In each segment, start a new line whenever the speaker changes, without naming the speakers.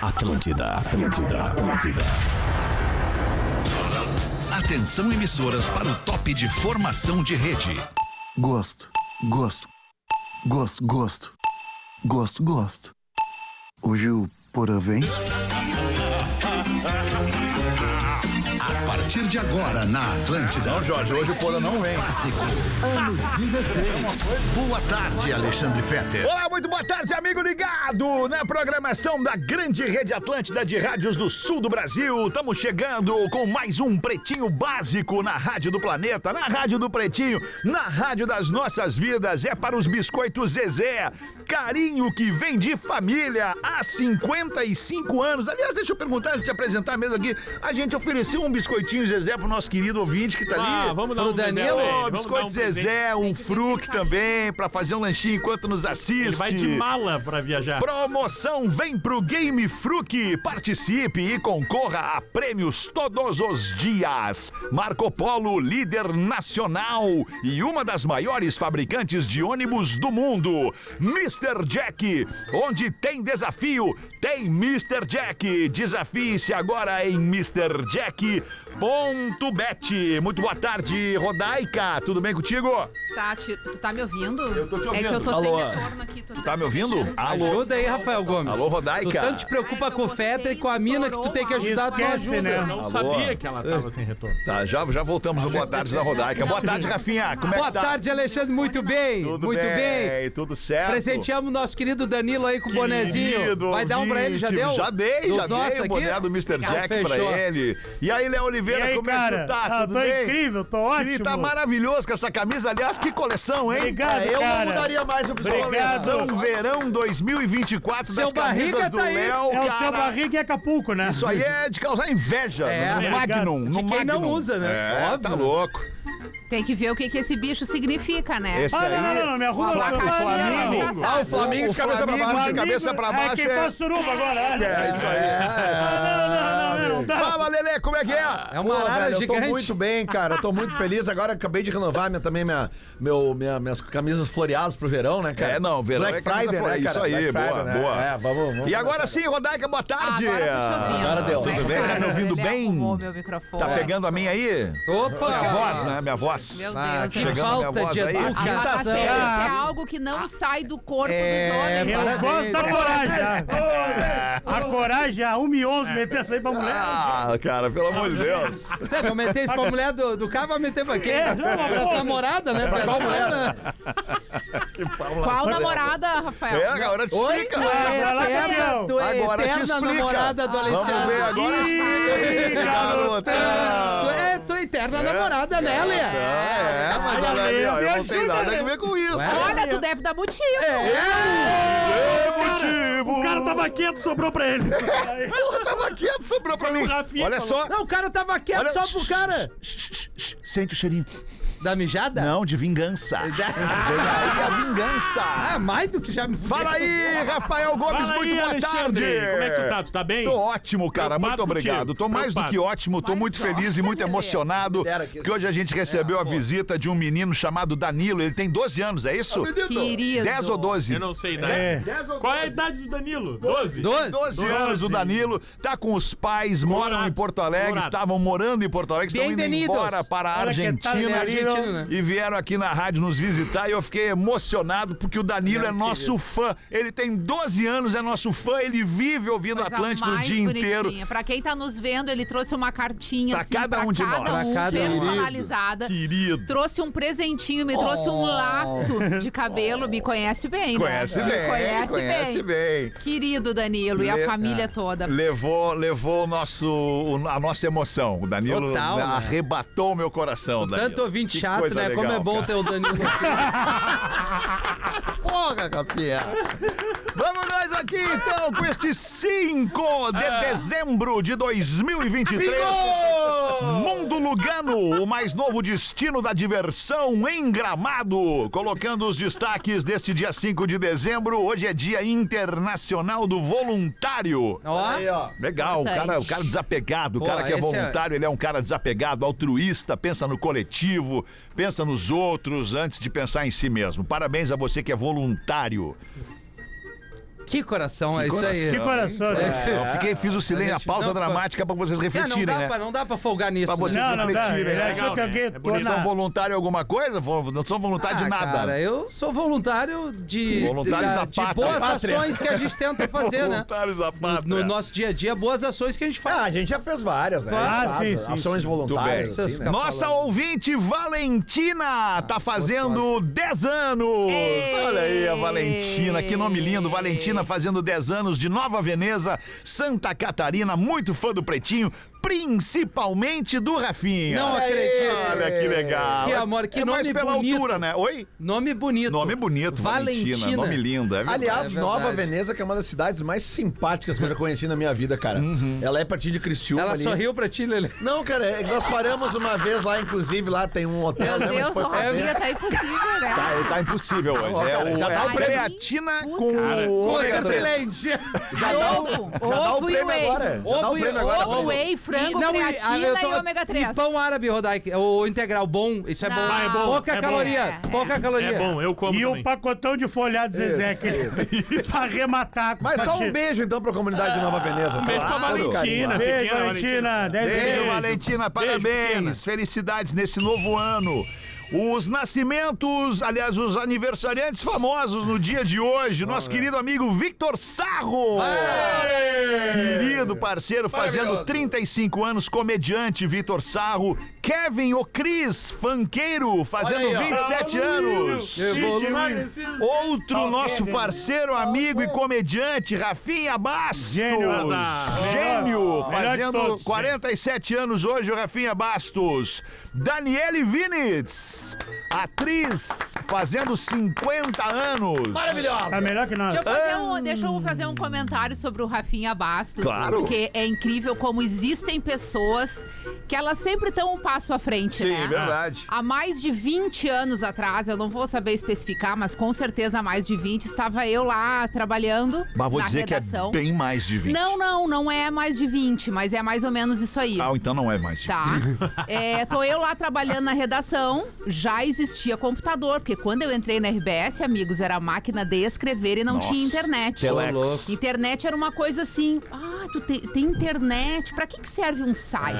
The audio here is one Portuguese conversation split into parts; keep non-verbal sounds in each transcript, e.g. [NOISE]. Atlântida, Atlântida, Atlântida.
Atenção emissoras para o top de formação de rede.
Gosto, gosto, gosto, gosto, gosto, gosto. Hoje o Porã vem.
A partir de agora na Atlântida.
Não, Jorge, hoje o Porã não vem.
Clássico. Ano 16. Boa tarde, Alexandre Fetter.
Olá, muito boa tarde, amigo ligado na programação da grande rede Atlântida de rádios do sul do Brasil. Estamos chegando com mais um Pretinho Básico na Rádio do Planeta, na Rádio do Pretinho, na Rádio das Nossas Vidas. É para os biscoitos Zezé. Carinho que vem de família há 55 anos. Aliás, deixa eu perguntar, antes de apresentar mesmo aqui, a gente ofereceu um biscoitinho Zezé pro nosso querido ouvinte que tá ali.
Ah, vamos dar
Pro
um presente
Danilo,
pra ele,
Ô,
vamos
biscoito
dar um presente.
Zezé, um fruc também, pra fazer um lanchinho enquanto nos assiste.
Ele vai de mala pra viajar.
Promoção vem pro Game Fruc. Participe e concorra a prêmios todos os dias. Marco Polo, líder nacional e uma das maiores fabricantes de ônibus do mundo. Mr. Jack, onde tem desafio, tem Mr. Jack. Desafie-se agora em MrJack.bet. Muito boa tarde, Rodaica. Tudo bem contigo?
Tá, ti- tu tá me ouvindo?
Eu tô te
É
ouvindo.
que eu tô
Alô.
sem retorno aqui. Tu,
tá me ouvindo?
mexendo nos
Alô.
botões.
Ajuda aí, Rafael Gomes.
Alô,
Tu
Rodaica.
tanto te preocupa
Ah, então
com o
você
Fetter e com a mina que tu tem que ajudar, tu não ajuda.
né? Eu não
Alô?
sabia que ela tava sem retorno.
Tá, já, já voltamos no Boa Tarde da Rodaica. Boa tarde, Rafinha. Como é
Boa
que tá?
tarde, Alexandre. Muito bem.
Tudo
muito bem.
Tudo certo.
Presenteamos o nosso querido Danilo aí com o bonezinho.
Querido
Vai dar um pra ele, já
ouvinte,
deu?
Já dei,
Dos
já dei
nossos
o boné
aqui?
do Mr. Jack pra
fechou.
ele. E aí, Léo
E
Oliveira,
aí,
como é
cara?
que tu tá?
Ah,
Tudo
tô
bem?
incrível, tô
Ele
ótimo.
tá maravilhoso com essa camisa. Aliás, que coleção, hein? É,
Obrigado,
eu não
cara.
mudaria mais o visual.
Obrigado.
Coleção Verão 2024
Seu
das camisas
barriga
do
tá aí.
Léo,
É o
cara.
seu barriga e Acapulco, né?
Isso aí é de causar inveja
É.
no Magnum. No
De quem não
Magnum.
usa, né?
É,
Óbvio.
tá louco.
Tem que ver o que, que esse bicho significa, né?
Esse
Ah, não,
aí-
não, não, não, me arruma
Fla-
lá,
o
meu
Flamengo.
amigo.
Ah, o
Flamengo de cabeça pra
Flamengo de
Amigo,
cabeça pra baixo.
É quem faz suruba agora, olha.
É isso aí.
Ah, não, não, não, não, não dá.
Fala, Lelê, como é que é?
Ah.
É uma
Pô,
arara
velho, Eu
gigante.
tô muito bem, cara. Eu tô muito feliz. Agora acabei de renovar minha, também minha, meu, minha- minhas camisas floreadas pro verão, né, cara?
É, não, verão é
Black
camisa
Friday,
flore-
né, cara?
isso aí,
Black Friday,
boa,
né?
boa.
É, vamos, vamos
E agora sim, Rodaica, boa tarde.
Agora eu tô te ouvindo.
Agora deu.
Tudo bem? Tá me ouvindo
Ele
bem?
arrumou meu microfone.
É.
Tá pegando a minha aí?
Opa!
Minha voz, né? Minha voz.
Meu
Ah,
Deus,
que
Chegando
falta
minha voz
de
aí. Ah,
A
educação.
paciência tá é algo que não sai do corpo
Ah. É,
dos
Eu
homens.
Parabéns,
gosto da
né?
coragem. A coragem, a 1 e 11, meter essa aí pra mulher.
Ah, cara, pelo amor de Deus.
Sério, eu meter isso pra mulher do, do cara, vai meter pra quem?
É, não,
pra essa
porra.
namorada, né? Pra
qual mulher?
namorada.
Qual namorada, Rafael?
É, agora te
Oi, tu
explica.
é
Agora ela
eterna,
deu.
tu é
Agora te
eterna
explica.
namorada do
Vamos ver
Alexandre.
agora.
Ih,
Garota.
Tu é tu é eterna namorada, né, Lê?
É, é, mas olha ali, ó, eu não tenho nada a ver com isso.
Olha, tu deve dar motivo.
É.
O cara tava quieto, sobrou pra ele.
Eu tava quieto, sobrou pra mim.
o Rafinha
Olha só.
Não, o cara tava quieto
Olha-
só pro cara.
Sente o cheirinho.
Da
[LAUGHS]
mijada?
Não, de
É
vingança. Vem aí a vingança.
Ah, mais do que já me
Fala aí, Rafael Gomes,
Fala
muito
aí,
boa
Alexandre.
tarde.
Como é que tu tá? Tu tá bem?
Tô ótimo, cara. Muito
Preocupado
obrigado.
contigo.
Tô mais do que
Preocupado.
ótimo, tô
Mas
muito
ó,
feliz e muito
Lelê.
emocionado.
Dera que-
Porque hoje a gente recebeu a visita de um menino chamado Danilo. Ele tem 12 anos, é isso?
Querido.
10 ou 12?
Eu não sei, né? Qual é a idade do Danilo? 12?
12?
12
12.
anos o Danilo, tá com os pais, moram
Colorado,
em Porto Alegre,
Colorado.
estavam morando em Porto Alegre, estão indo
Bem-vindos.
embora para a
Olha que tal,
Argentina
né?
Argentino, né?
e vieram aqui na rádio nos visitar e eu fiquei emocionado porque o Danilo é nosso fã. Ele tem 12 anos, é nosso fã, ele vive ouvindo
Coisa
Atlântida o
mais
dia inteiro.
bonitinha. Pra quem tá nos vendo, ele trouxe uma cartinha
Pra
assim,
cada um de
cada
nós.
Pra cada um.
personalizada.
Querido.
Trouxe um presentinho, me trouxe um laço de cabelo. Me conhece bem,
Conhece
né?
bem,
Me
conhece, bem.
Querido Danilo e
Le-
a família toda.
Levou, levou o nosso, o- a nossa emoção. O Danilo
Total, né?
arrebatou meu coração, Danilo.
Tanto ouvinte
Que
chato,
coisa
né? Como
legal,
é bom
cara.
ter o Danilo. [LAUGHS]
Porra, Rafinha! Vamos nós aqui então com este 5 de dezembro de 2023. Mundo Lugano, o mais novo destino da diversão em Gramado. Colocando os destaques deste dia 5 de dezembro, hoje é Dia Internacional do Voluntário.
Ó,
Aí, ó.
Legal, o cara, o cara desapegado, o
Pô,
cara que é
esse
voluntário, ele é um cara desapegado, altruísta, pensa no coletivo, pensa nos outros antes de pensar em si mesmo. Parabéns a você que é voluntário.
que coração, é isso aí.
Que coração, né?
Eu fiquei, fiz o silêncio,
É. A
a
gente
pausa
não-
dramática pra vocês
Ah, não,
refletirem,
dá
né?
pra, não dá pra folgar nisso.
Pra você-
né?
Não, não dá.
refletirem,
Ele
né?
achou
Legal,
que
né?
alguém
É
tô
bonito.
Vocês são
na...
voluntários em alguma coisa? Vo- Não são voluntários
Ah,
de nada.
Cara, eu sou voluntário de,
Voluntários
de,
da
de
pátria.
boas
Pátria.
ações que a gente tenta fazer, né?
Voluntários [LAUGHS] da
No
pátria.
nosso dia a dia, boas ações que a gente faz.
Ah, a gente já fez várias, né?
Ah,
Várias,
sim, sim,
Ações voluntárias,
Muito bem.
assim, né?
Nossa ouvinte Valentina
Ah,
tá fazendo 10 anos.
Ei!
Olha aí a Valentina, que nome lindo. Valentina fazendo 10 anos de Nova Veneza, Santa Catarina, muito fã do Pretinho, principalmente do Rafinha.
Não acredito.
Ah, Olha que legal.
Que amor, que
é mais
nome
pela
bonito.
altura, né? Oi?
Nome bonito.
Nome bonito, Valentina. Nome lindo. É verdade.
Aliás,
É verdade.
Nova Veneza, que é uma das cidades mais simpáticas que eu já conheci na minha vida, cara.
Uhum.
Ela é partida de Criciúma
Ela
ali.
sorriu pra ti, Lelê.
Não, cara, é que nós paramos uma vez lá, inclusive, lá tem um hotel.
Meu
né, mas
Deus,
foi
o
pra ver.
Rafinha tá impossível, né?
Tá, tá impossível hoje. É,
cara,
o,
já
é
tá
dá
a
o prêmio.
creatina
Puta.
com o
Cara,
Pô,
ômega três.
excelente.
Já
é
dá o, já dá o
Ovo e
prêmio
whey.
agora. Já dá o
Ovo e-
prêmio agora.
ovo
pra-
Whey,
E-
frango,
não, e- ah,
creatina
eu
e,
tô-
ômega 3.
E pão árabe, Rodaic. é O integral bom. Isso é bom.
Não. Ah, é bom,
Pouca
é bom.
caloria.
É,
Pouca
é.
caloria.
É bom, eu como
E
também.
um pacotão de folhado Zezé aqui. [LAUGHS] pra arrematar. com
Mas só
aqui.
um beijo, então, pra comunidade de Nova Veneza. tá
Um beijo pra Valentina.
Beijo,
pequena
Valentina. Dez
Beijo,
beijos.
Valentina,
Beijo, pequena.
parabéns. Felicidades nesse novo ano. Os nascimentos, aliás, os aniversariantes famosos no dia de hoje, nosso querido amigo Victor Sarro. Querido parceiro, fazendo 35 anos, comediante Victor Sarro. Kevin O'Cris, funkeiro, fazendo 27 anos. Outro nosso parceiro, amigo e comediante, Rafinha Bastos.
Gênio, azar.
Gênio,
Melhor de
fazendo
todos,
47 anos hoje, o Rafinha Bastos. Daniele Vinitz, atriz, fazendo 50 anos.
Tá melhor que nós.
Deixa eu, fazer um, deixa eu fazer um comentário sobre o Rafinha Bastos.
Claro.
Porque é incrível como existem pessoas que elas sempre estão um passo à frente,
Sim,
né?
verdade.
Há mais de 20 anos atrás, eu não vou saber especificar, mas com certeza há mais de 20, estava eu lá trabalhando
Mas vou
na
dizer
redação.
que é bem mais de 20.
Não, não, não é mais de 20, mas é mais ou menos isso aí.
Ah, então não é mais de 20.
Tá. É, tô eu lá trabalhando na redação, já existia computador, porque quando eu entrei na RBS, amigos, era máquina de escrever e não
Nossa,
tinha internet.
telex.
louco.
Internet era uma coisa assim, ah, tu te- tem internet, pra que, que serve um site?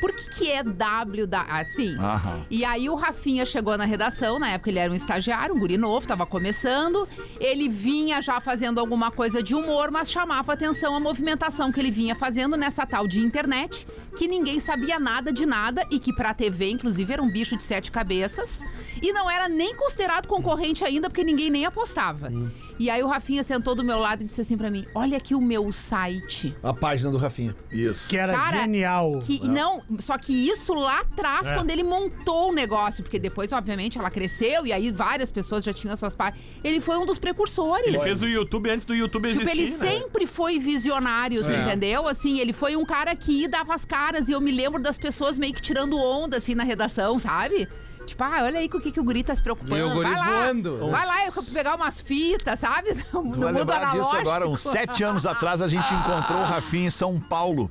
Por que que é W da... assim?
Aham.
E aí o Rafinha chegou na redação, na época ele era um estagiário, um guri novo, tava começando. Ele vinha já fazendo alguma coisa de humor, mas chamava atenção a movimentação que ele vinha fazendo nessa tal de internet, que ninguém sabia nada de nada e que pra TV, inclusive, era um bicho de sete cabeças. E não era nem considerado concorrente ainda, porque ninguém nem apostava. E aí o Rafinha sentou do meu lado e disse assim pra mim: "Olha aqui o meu site".
A página do Rafinha.
Isso.
Que era
Cara,
genial.
Que, não, só que isso lá
É.
atrás, quando ele montou o negócio, porque depois, obviamente, ela cresceu e aí várias pessoas já tinham suas partes. Ele foi um dos precursores.
Ele fez o YouTube antes do YouTube
Tipo,
existir,
ele
né?
sempre foi visionário, tu entendeu? Assim, ele foi um cara que dava as caras e eu me lembro das pessoas meio que tirando onda, assim, na redação, sabe? Tipo, ah, olha aí com o que, que o guri tá se preocupando.
E o guri
vai lá,
voando.
Vai lá, eu vou pegar umas fitas, sabe? [LAUGHS] No
Tu vai
mundo
lembrar disso
analógico.
agora, um uns sete anos atrás, a gente encontrou o Rafinha em São Paulo.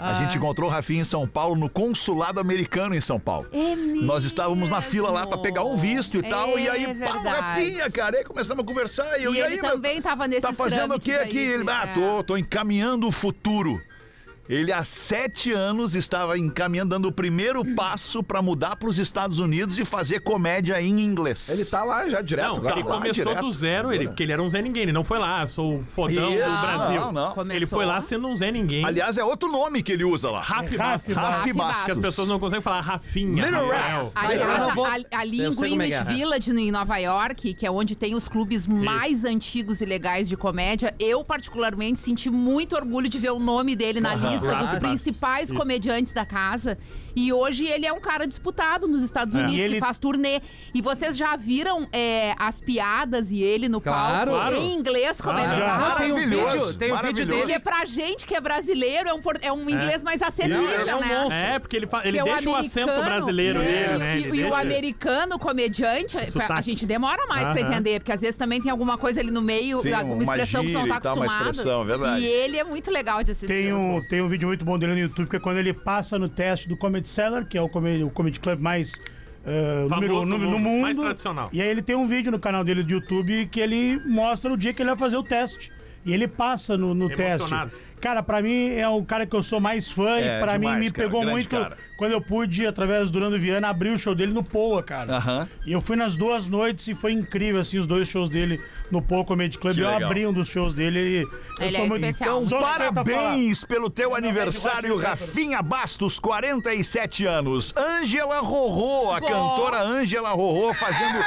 A gente
Ah.
encontrou o Rafinha em São Paulo, no consulado americano em São Paulo.
É
Nós estávamos na fila lá pra
mesmo.
pegar um visto e tal, e
É
aí, pá, o
verdade.
Rafinha, cara, aí começamos a conversar. E, eu,
E
e
ele
aí, meu,
também tava nesse
Tá fazendo o que aqui? Ele,
tá
ah, tô, tô encaminhando o futuro. Ele há sete anos estava encaminhando, dando o primeiro passo pra mudar pros Estados Unidos e fazer comédia em inglês.
Ele tá lá já direto.
Não,
agora
ele
lá
começou
direto.
do zero, ele, porque ele era um Zé Ninguém, ele não foi lá, "Ah, sou o fodão
Isso,
do
não,
Brasil.
não.
Ele foi lá sendo um Zé Ninguém.
Aliás, é outro nome que ele usa lá. Rafi
Rafi
Rafi
Bastos.
Rafi
É
Rafi Bastos.
Que as
Bastos.
pessoas não conseguem falar Rafinha.
Little
Rafael.
Raf.
Ali,
Eu
essa-
não vou-
ali- ali
Eu
em
sei como é que é,
Greenwich
né?
Village, no- em Nova York, que é onde tem os clubes mais antigos e legais de comédia, eu particularmente senti muito orgulho de ver o nome dele na lista
Braço,
dos
braço.
principais
Isso.
comediantes da casa. E hoje ele é um cara disputado nos Estados
É.
Unidos,
E
que
ele-
faz turnê. E vocês já viram é, as piadas e ele no
Claro.
palco
Claro.
em inglês, como
Claro.
ele
Já.
fala.
Ah, tem um
Maravilhoso,
vídeo, tem um vídeo
maravilhoso.
Porque
dele.
pra gente que é brasileiro, é um, por- é um inglês mais acessível,
Ele é um
né?
monstro.
É, porque ele, fa- ele
Porque
deixa o, acento
americano-
brasileiro
É,
dele, né?
e-
Ele
E, o
deixa.
americano comediante, pra- a
Sotaque.
gente demora mais pra
Aham.
entender, porque às vezes também tem alguma coisa ali no meio,
Sim,
alguma
uma
expressão que você não tá
gíria e tal, uma
acostumado.
expressão, verdade.
e ele é muito legal de assistir.
Tem um, tem um vídeo muito bom dele no YouTube, que é quando ele passa no teste do Comedy Cellar, que é o Comedy, o comedy Club mais eh,
Famoso
número,
do
número no mundo.
mundo, mais tradicional.
E aí ele tem um vídeo no canal dele do YouTube que ele mostra o dia que ele vai fazer o teste. E ele passa no, no teste.
Emocionado.
Cara, pra mim é o cara que eu sou mais fã
É,
e pra
demais,
mim me
cara,
pegou
grande
muito
cara.
quando eu pude, através do Durando Viana, abrir o show dele no Poa, cara.
Aham.
E eu fui nas duas noites e foi incrível, assim, os dois shows dele no Poa Comedy Club.
Que
eu
legal. Então,
abri um dos shows dele e eu
Ele
sou
é
muito
especial.
sou suspeito pra falar.
Parabéns pelo teu
é
Red
aniversário,
Hot Chili Peppers.
Rafinha Bastos, 47 anos. Ângela Rorô, a cantora Ângela Rorô, fazendo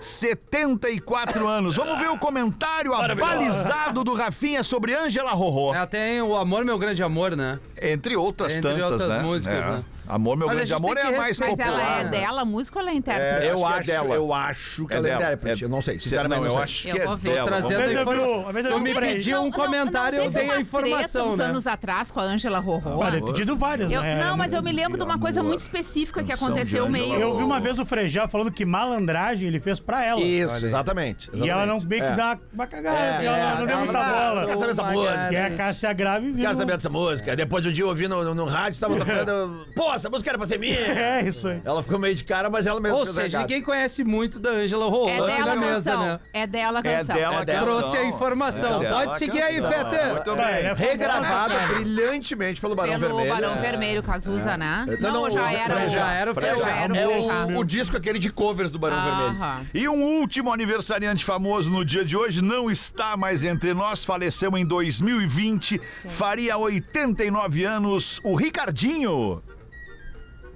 74 anos. Vamos ver o comentário abalizado do Rafinha sobre Ângela Rorô.
Ela tem o Amor, Meu Grande Amor, né?
Entre outras
Entre
tantas,
outras
né?
músicas,
É.
né?
Amor, meu
Mas a
grande
gente
amor é
tem
a
que
mais
respeitar-
Mas
popular.
ela é
né?
dela, a música ou ela é intérprete?
Eu
acho que
acho,
é dela.
eu acho que
É
ela é
dela.
intérprete.
É-
Eu não sei.
Não,
Sinceramente,
eu
não sei.
acho
Eu
que é
vou ver.
dela. Vamos
Trazendo
Mas
a
eu vi o-
informação.
mas eu
Tu
vi
me
o
É.
Fred.
pediu
Não,
um
não, não
comentário, eu
teve
dei
uma
a
treta
informação,
uns
né?
anos atrás com a Ângela Rorô.
Olha, ter tido várias,
Eu-
né?
não, mas eu me lembro de uma coisa muito específica que
Canção
aconteceu
de Ângela
meio.
Eu vi
Oh.
uma vez o Frejá falando que malandragem ele fez pra ela.
Isso, exatamente.
E ela não meio que
É.
dá uma cagada,
É,
assim, ela
é,
não
é,
deu muita
é,
bola.
quer saber essa música?
E a Cássia Grave viu.
Quero saber dessa música. Depois do dia eu ouvi no, no, no rádio,
[LAUGHS]
tava tocando. Pô, essa música era pra ser minha!
É isso aí.
Ela ficou meio de cara, mas ela mesma
Ou
fez a
seja,
cagada.
ninguém conhece muito da Ângela
É
rolando
dela
na
a
mesa,
canção.
né?
É dela a
É
canção.
dela, a
dela.
canção.
Trouxe a informação.
É dela
Pode seguir aí,
canção.
Feta.
Muito
Vai,
bem.
ela é famosa,
Regravada
cara.
brilhantemente pelo Barão
Pelo
Vermelho.
É
É.
Barão Vermelho,
É.
Cazuza, né?
Não, não,
já
o
era.
Frejá.
Já era o
Frejá.
Frejá.
Já era o
É
Frejá.
o, o disco aquele de covers do Barão Vermelho.
Aham.
E um último aniversariante famoso no dia de hoje não está mais entre nós, faleceu em 2020, faria 89 anos, o Ricardinho,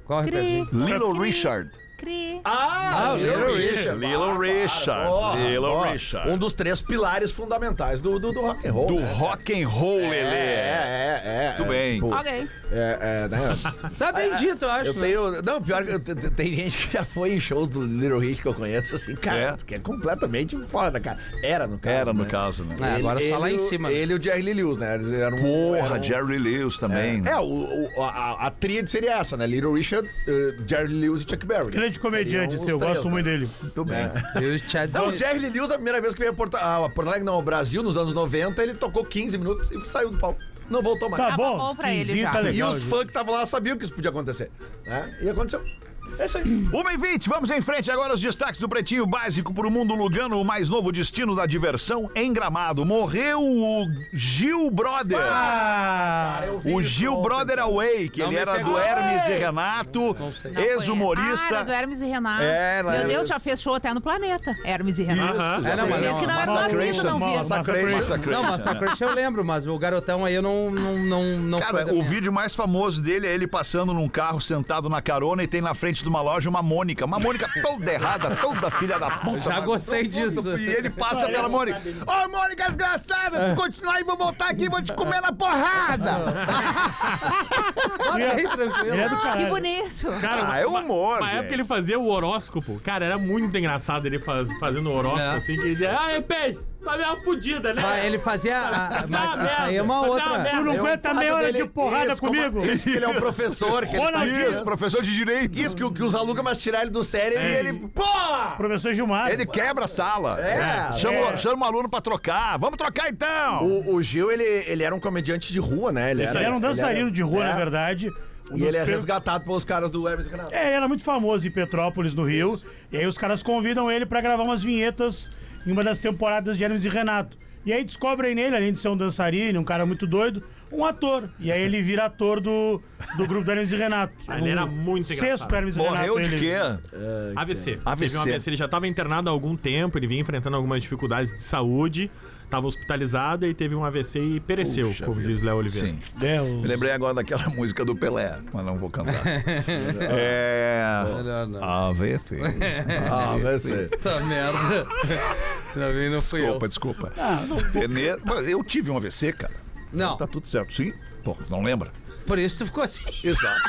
Corre, Pedrinho.
Cri,
Little
cri,
Richard.
cri.
Ah,
Ah, o Little Richard.
Little Richard,
Porra,
Little
porra.
Richard.
Um dos três pilares fundamentais do, do, do rock and roll.
Do
né?
rock and roll,
É,
Lelê.
é, é. é,
Muito
é,
bem.
tipo,
Ok.
é, é,
[LAUGHS]
né?
Tá bem dito, eu acho.
Eu
né?
tenho. Não, pior que eu te- te- tem gente que já foi em shows do Little Richard que eu conheço assim, cara,
É.
que é completamente fora da cara. Era no caso.
Era no
né?
caso, né?
É, agora só lá em
o-
cima, né?
Ele e o Jerry Lee Lewis, né? Eles eram.
Porra,
eram-
Jerry Lewis também. né?
É, o, o- a, a tríade seria essa, né? Little Richard, eh, Jerry Lee Lewis e Chuck Berry.
Grande comediante,
Seriam
seu, eu
os três,
gosto
né? É.
muito dele.
Então,
Muito bem.
E o Chad
Não, o Jerry Lee Lewis, a primeira vez que veio a Porto, a Porto Alegre, não, ao Brasil, nos anos 90, ele tocou 15 minutos e saiu do palco. Não voltou mais.
Tá
Tava
bom,
bom pra ele
quinzinho
já.
tá
e
legal.
os
gente.
fãs que estavam lá sabiam que isso podia acontecer. Né? E aconteceu. É isso aí.
Uma e 20, vamos em frente agora os destaques do Pretinho Básico para o Mundo Lugano, o mais novo destino da diversão em Gramado. Morreu o Gil Brother.
Ah,
O Gil Brother Away, que
Não
ele
me
era
pegou.
do Hermes e Renato,
Não conheço. Ah, era do
ex-humorista.
Hermes e Renato.
É, ela
Meu
era-
Deus, já fechou até no planeta. Hermes e Renato.
Aham.
É, não, mas
Vocês
não,
que não eram
Massacration,
nascidos, não viram.
Massacration.
Não, Massacre eu lembro, mas o garotão aí eu não, não, não, não foi da
Cara, o
minha.
vídeo mais famoso dele é ele passando num carro sentado na carona e tem na frente de uma loja uma Mônica. Uma Mônica toda errada, toda filha da puta.
Já
mas-
gostei disso.
E ele passa pela Mônica. Ô, Mônica desgraçada, se tu continuar aí, vou voltar aqui e vou te comer na porrada.
Tá bem tranquilo.
ele é do
Ah, Que
caralho.
bonito.
Cara,
Ah, é
uma-
humor,
Uma
gente.
época ele fazia o horóscopo. Cara, era muito engraçado ele faz- fazendo o horóscopo,
É.
assim, que ele dizia, ah, é peixe, tá meio fudida, né?
Mas ele fazia. a- a-
Tá
mas
uma
isso aí é uma
merda, tá uma
outra.
merda.
Tu não
Eu
aguenta
caso
meia hora
dele-
de porrada
isso, como-
comigo?
isso, ele é um professor. Que ele,
Ronaldinho.
Isso, professor de direito.
isso que, o- que os alunos mas tirar ele do sério
É.
e ele. Porra!
Professor Gilmar.
Ele quebra a sala.
É.
Chama, o-
É.
chama o aluno pra trocar. Vamos trocar então.
O, o Gil, ele, ele era um comediante de rua, né? Ele
Ele era um dançarino de rua,
é.
na verdade. Um
E ele
dos
é
pe-
resgatado pelos caras do Hermes e Renato.
É, ele era muito famoso em Petrópolis, no Rio. E aí os caras convidam ele pra gravar umas vinhetas em uma das temporadas de Hermes e Renato. E aí descobrem nele, além de ser um dançarino, um cara muito doido, um ator. E aí ele vira ator do, do grupo do Hermes e Renato.
Ah, ele
O
era muito
Sexto
engraçado.
Hermes e Renato.
Morreu de
ele.
quê?
AVC.
AVC.
Teve um AVC. Ele já estava internado há algum tempo, ele vinha enfrentando algumas dificuldades de saúde, estava hospitalizado e teve um AVC e pereceu,
Puxa
como
vida.
diz Léo Oliveira.
Sim.
É, o-
Me lembrei agora daquela [LAUGHS] música do Pelé, mas não vou cantar. é.
Melhor não.
AVC.
Ah, vai ser.
Puta merda. Também não fui eu.
Desculpa, desculpa. Tene- Mas Eu tive um AVC, cara.
Não.
Tá tudo certo, sim. Pô, não lembra?
Por isso tu ficou assim.
Exato.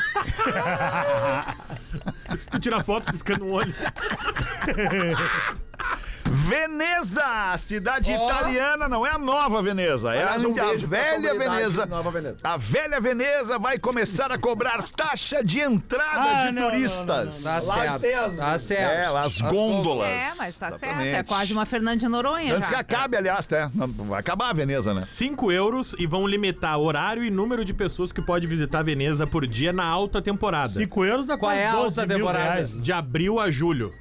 Se tu tira tá foto piscando um
[LAUGHS]
olho.
Veneza, cidade italiana, não é a nova Veneza, é a,
Aliás, um
a
beijo pra
velha
comunidade
Veneza.
de Nova Veneza.
A velha Veneza vai começar a cobrar taxa de entrada
Ah,
de
não, não,
turistas.
Tá certo.
mesmo.
Tá certo.
É, as gôndolas.
É, mas tá certo. É
Exatamente.
quase uma Fernanda de Noronha.
Antes que
já.
acabe, aliás, tá? Não, Vai acabar a Veneza, né?
5 euros e vão limitar horário e número de pessoas que pode visitar Veneza por dia na alta temporada.
5 euros dá
Qual
quase
é a
12
alta
mil
temporada?
reais. né?
De abril a julho.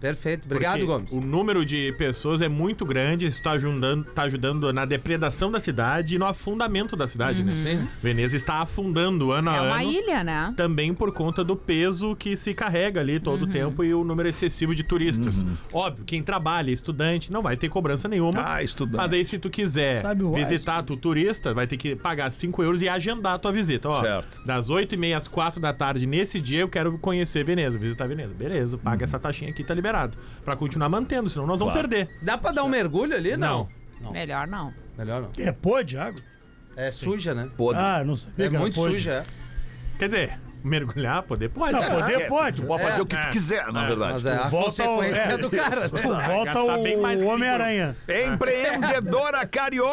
Perfeito. Obrigado,
Porque
Gomes.
O número de pessoas é muito grande, isso está ajudando, tá ajudando na depredação da cidade e no afundamento da cidade, né?
Sim.
Veneza está afundando ano a
Uhum. É
ano.
uma ilha, né?
Também por conta do peso que se carrega ali todo o tempo e o número excessivo de turistas. Óbvio, quem trabalha, estudante, não vai ter cobrança nenhuma.
Ah, estudante.
Mas aí, se tu quiser
Sabe o
visitar tu turista, vai ter que pagar 5 euros e agendar a tua visita. Ó,
Certo.
Das 8h30 às 4 da tarde, nesse dia, eu quero conhecer Veneza, visitar Veneza. Beleza, paga essa taxinha aqui, tá liberado. Pra continuar mantendo, senão nós vamos perder.
Dá pra dar um mergulho ali? Não.
Melhor não.
Melhor não.
É pô de água?
É suja, né?
Podre.
Ah, não sabia.
É
que era
muito
pô de-
suja. é.
Quer dizer, mergulhar, poder, pode.
Não,
É,
Ah, poder pode.
Tu pode fazer
É.
o que tu quiser, na
É.
verdade.
Mas é a
volta
consequência
ao- é,
do cara. né?
Tu volta
gastar bem mais
o
que cinco
Homem-Aranha.
É
[LAUGHS]
Empreendedora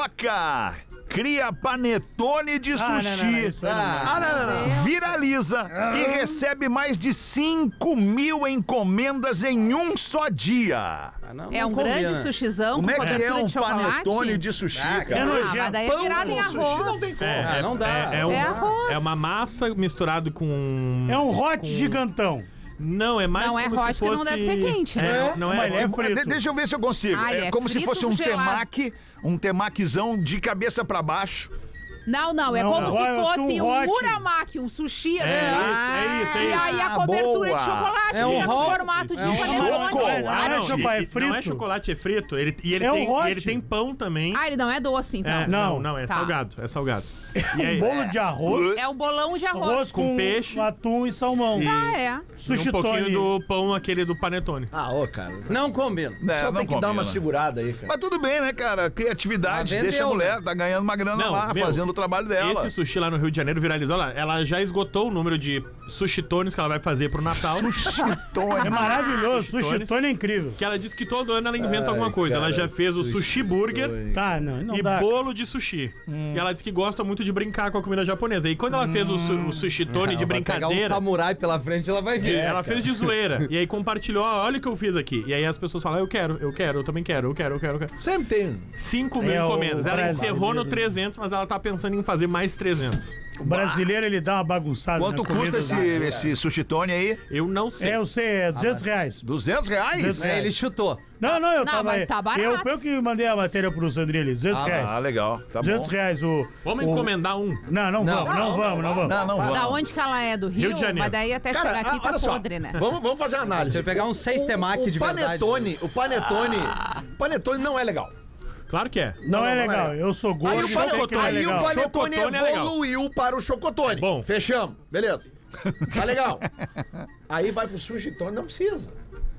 carioca cria panetone de
Ah, não,
sushi.
não, não, isso aí não dá.
Ah, não, não, não.
Viraliza e recebe mais de 5 mil encomendas em um só dia.
Ah, não,
É
não
um
combina.
grande sushizão
Como
com
é que é
cobertura
um
de chocolate?
panetone de sushi, cara?
Ah,
cara.
Ah, mas daí é virado em arroz.
É,
Ah,
é-
não dá.
É, é um-
É arroz.
é uma massa misturada com.
É um hot gigantão.
Não, é mais
Não, é
como se
hot porque não
fosse-
deve ser quente, né?
É, não
Mas
é,
ele é
É,
frito.
de- deixa eu ver se eu consigo.
Ah,
é,
ele é
como se
frito
fosse um
gelado.
temaki, um temaquizão de cabeça pra baixo.
Não, não, é
Não,
como
não.
se fosse
Um
um
hot.
muramaki, um sushi. assim.
é isso, é
E
isso.
aí a
Ah,
cobertura
boa.
de chocolate
É um
fica no
hot.
formato de
É um
panetone.
chocolate.
Não é, chocolate, é frito.
Não é chocolate, é frito. Ele, e, ele
É um
tem,
hot.
e ele tem pão também.
Ah, ele não é doce, então.
É,
É,
não,
Não. um
não, é
Tá.
salgado. É salgado. E aí, é,
Bolo de arroz,
um bolão de arroz.
arroz com,
com peixe.
atum e salmão.
E-
Ah, é.
e um
Sushi
pouquinho
Tony.
do pão aquele do panetone.
Ah, ô, cara.
Não combina.
É,
Só
não
tem que dar
combina.
uma segurada aí, cara.
Mas tudo bem, né, cara? Criatividade,
Ah, vendeu,
deixa a mulher,
né?
tá ganhando uma grana lá,
meu,
fazendo o trabalho dela.
Esse sushi lá no Rio de Janeiro viralizou. Ela, ela já esgotou o número de sushi tones que ela vai fazer pro Natal.
É maravilhoso.
Sushi
Sushi
Tones.
Tony é incrível.
que ela diz que todo ano ela inventa alguma coisa. ela
cara,
já fez o sushi burger.
Tá, não, não
e
dá. Hum.
bolo de sushi. E ela disse que gosta muito de brincar com a comida japonesa. E quando ela fez o, su- o sushi tone
Ah,
de
Ela vai Pegar um
brincadeira,
samurai pela frente, ela vai
de-
ver.
É, ela fez de zoeira. e aí compartilhou, ó, olha o que eu fiz aqui. E aí as pessoas falam, "Ah, eu quero, eu quero, eu também quero, eu quero, eu quero. Eu quero.
Sempre tem. um.
5 mil
É, o
encomendas. Ela
brasileiro.
encerrou no 300, mas ela tá pensando em fazer mais 300.
O brasileiro, ele dá uma bagunçada.
Quanto
na
custa
comida
esse,
do-
esse sushi tone aí?
Eu não sei.
É, eu sei, é 200 reais.
200 reais?
É, ele chutou.
Não, não, eu
Não,
tava...
mas tá barato.
Eu, eu que mandei a matéria pro Sandrinho ali, 200
Ah,
reais.
Ah, legal. Tá
200
bom.
reais o...
Vamos
o-
encomendar um.
Não,
Não,
não, vamos, não, vamos, não vamos.
Não, não vamos.
Da onde que ela é? Do Rio?
de Janeiro.
Mas daí até chegar aqui
ah,
tá podre, né?
Vamos, vamos fazer uma análise.
Você pegar uns seis
O-
temaki
o
de verdade. né? Ah.
panetone, O panetone, o panetone não é legal.
Claro que é.
Não, é legal, eu sou gordo,
Aí o,
eu
pane-
sei que não é
aí o
legal. É
panetone
Chocotone é legal.
evoluiu para o chocotone.
Bom.
Fechamos, beleza. Tá
[LAUGHS]
legal. aí vai pro sushi tone, não precisa.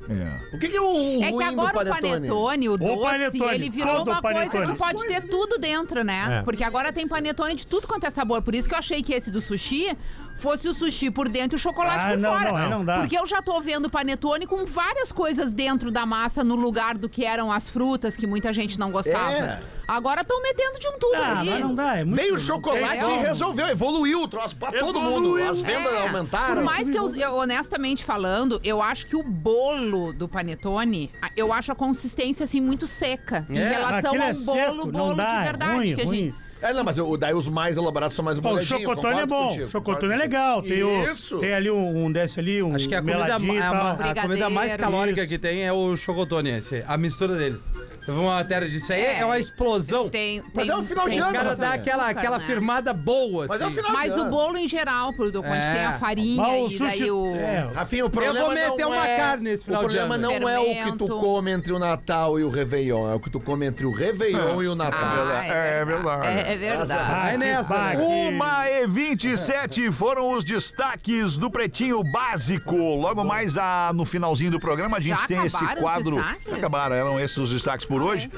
É.
O que, que é o, o
É que
ruim
agora
do
o panetone, o doce,
panetone,
ele virou
todo
uma coisa
panetone.
que pode ter tudo dentro, né?
É.
Porque agora tem panetone de tudo quanto é sabor. Por isso que eu achei que esse do sushi fosse o sushi por dentro e o chocolate
Ah,
por
não,
fora.
não, aí não dá.
Porque eu já tô vendo panetone com várias coisas dentro da massa no lugar do que eram as frutas, que muita gente não gostava.
É.
Agora estão metendo de um tudo
Ah,
ali.
mas não dá, é muito...
Veio o chocolate
Entendeu?
e resolveu, evoluiu o troço pra todo
Evoluiu.
mundo. As vendas
É,
aumentaram.
Por mais que eu, eu, honestamente falando, eu acho que o bolo do panetone, a- eu acho a consistência assim muito seca em
É,
relação
Aquilo
ao
é
um bolo,
seco,
bolo
não dá,
de verdade
é ruim,
que a
ruim.
gente
É, não, mas eu, daí os mais elaborados são mais
Pô, o
molhadinhos.
chocotone é
concordo
bom.
contigo,
o chocotone é
concordo
legal. Tem, o-
Isso.
tem ali um, um desse ali, um
Acho que é a comida,
meladinho e
a,
tal.
a- a comida mais
Brigadeiro.
calórica
Isso.
que tem é o chocotone, esse, a mistura deles. Teve uma matéria disso aí, é,
É,
uma explosão.
tem, tem.
Mas é um final de
tem
ano,
O cara
Rafael.
dá aquela,
açúcar,
aquela
né?
firmada boa, assim.
Mas é o final
Mas
de
o
ano.
bolo em geral, pro do- onde
É.
tem a farinha
Mas
e daí o.
é,
Rafinha, o
Eu
problema
vou meter
não
uma
é-
carne esse final
O
de
problema
ano.
não é o que tu
Fermento.
come entre o Natal e o Réveillon, é o que tu come entre o Réveillon e o Natal.
Ah,
É verdade.
É, é verdade.
Ah,
Vai
que
nessa, né?
baque.
Uma e 27 foram os destaques do Pretinho Básico. Logo mais a- no finalzinho do programa, a gente
Já
tem esse
acabaram os
quadro.
destaques?
Acabaram, eram esses os destaques por por hoje.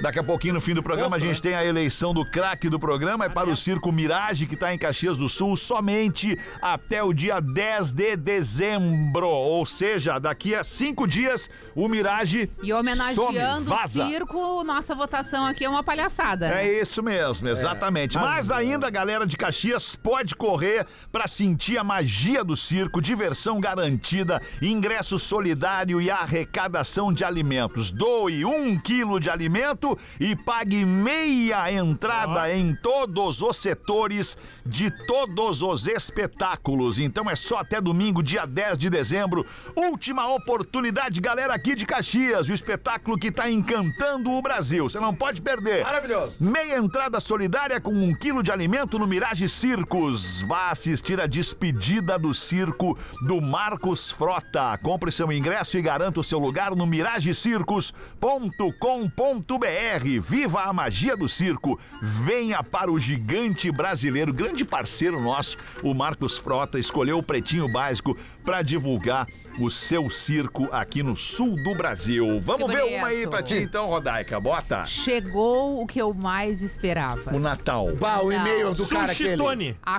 Daqui a pouquinho, no fim do programa, a gente tem a eleição do craque do programa. É para o Circo Mirage, que está em Caxias do Sul, somente até o dia 10 de dezembro. Ou seja, daqui a cinco dias, o Mirage
E
some,
homenageando o
vaza.
circo, nossa votação aqui é uma palhaçada. né?
É Ah, isso mesmo, exatamente. mas ainda a galera de Caxias pode correr pra sentir a magia do circo, diversão garantida, ingresso solidário e arrecadação de alimentos. Doe um quilo de alimento e pague meia entrada em todos os setores de todos os espetáculos. Então é só até domingo, dia 10 de dezembro. Última oportunidade, galera, aqui de Caxias. O espetáculo que tá encantando o Brasil. Você não pode perder.
Maravilhoso.
Meia entrada solidária com um quilo de alimento no Mirage Circos. Vá assistir a despedida do circo do Marcos Frota. Compre seu ingresso e garanta o seu lugar no miragecircos.com.br. Viva a magia do circo. Venha para o gigante brasileiro, grande parceiro nosso, o Marcos Frota, escolheu o Pretinho Básico para divulgar o seu circo aqui no sul do Brasil. Vamos
Que
ver uma aí
bonito.
pra ti então, Rodaica. Bota.
Chegou o que eu mais esperava.
O Natal.
Bah, o e-mail do cara
Sushi
aquele.
Tony.
A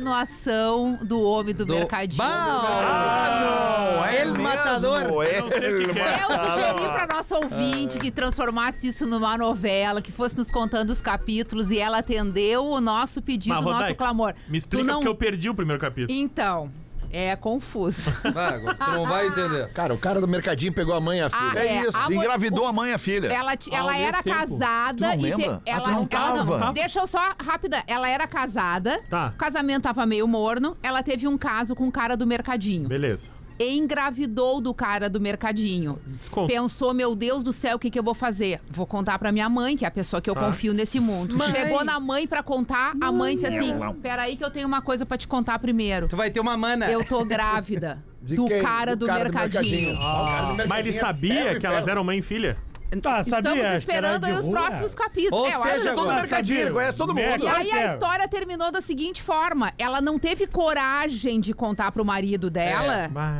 continuação do Homem do,
Do-
Mercadinho.
Bah!
É
não!
El Matador.
É
Eu não sei o que que é.
[LAUGHS] El
Eu sugeri um pra nossa ouvinte que transformasse isso numa novela, que fosse nos contando os capítulos e ela atendeu o nosso pedido, o
Mas,
nosso
Rodaica,
clamor.
Me explica
tu não...
porque eu perdi o primeiro capítulo.
Então,
[LAUGHS]
é confuso.
Vai, agora, você não vai entender.
Cara, o cara do mercadinho pegou a mãe e a filha.
é. Ah,
É,
É,
isso.
a mo-
Engravidou a mãe e a filha.
Ela, ti-
Ao
ela
mesmo
era
tempo.
Tu não
casada e te-
lembra? Ah,
ela,
tu não
ela
tava.
Deixa eu só rápida. Ela era casada.
Tá.
O casamento tava meio morno. Ela teve um caso com o cara do mercadinho.
Beleza.
Engravidou do cara do mercadinho.
Desconto.
[LAUGHS] Pensou, meu Deus do céu, o que, que eu vou fazer? Vou contar pra minha mãe, que é a pessoa que eu
Tá.
confio nesse mundo. Chegou na mãe pra contar, a mãe disse assim: peraí, que eu tenho uma coisa pra te contar primeiro.
Tu vai ter uma mana.
Eu tô grávida
De
do
quem?
cara do, mercadinho.
Ah, o cara do mercadinho
Mas ele
é
sabia
ferro e
que elas
ferro.
eram mãe e filha?
Tá, sabia?
Estamos
Acho que
esperando
era de
aí os
rua. é
próximos capítulos.
Ou
É, eu
seja,
acho que
Todo
agora-
mercadinho, ele conhece todo mundo.
Mega.
E aí a
Quero.
história terminou da seguinte forma: ela não teve coragem de contar pro marido
É,
dela.
Bah,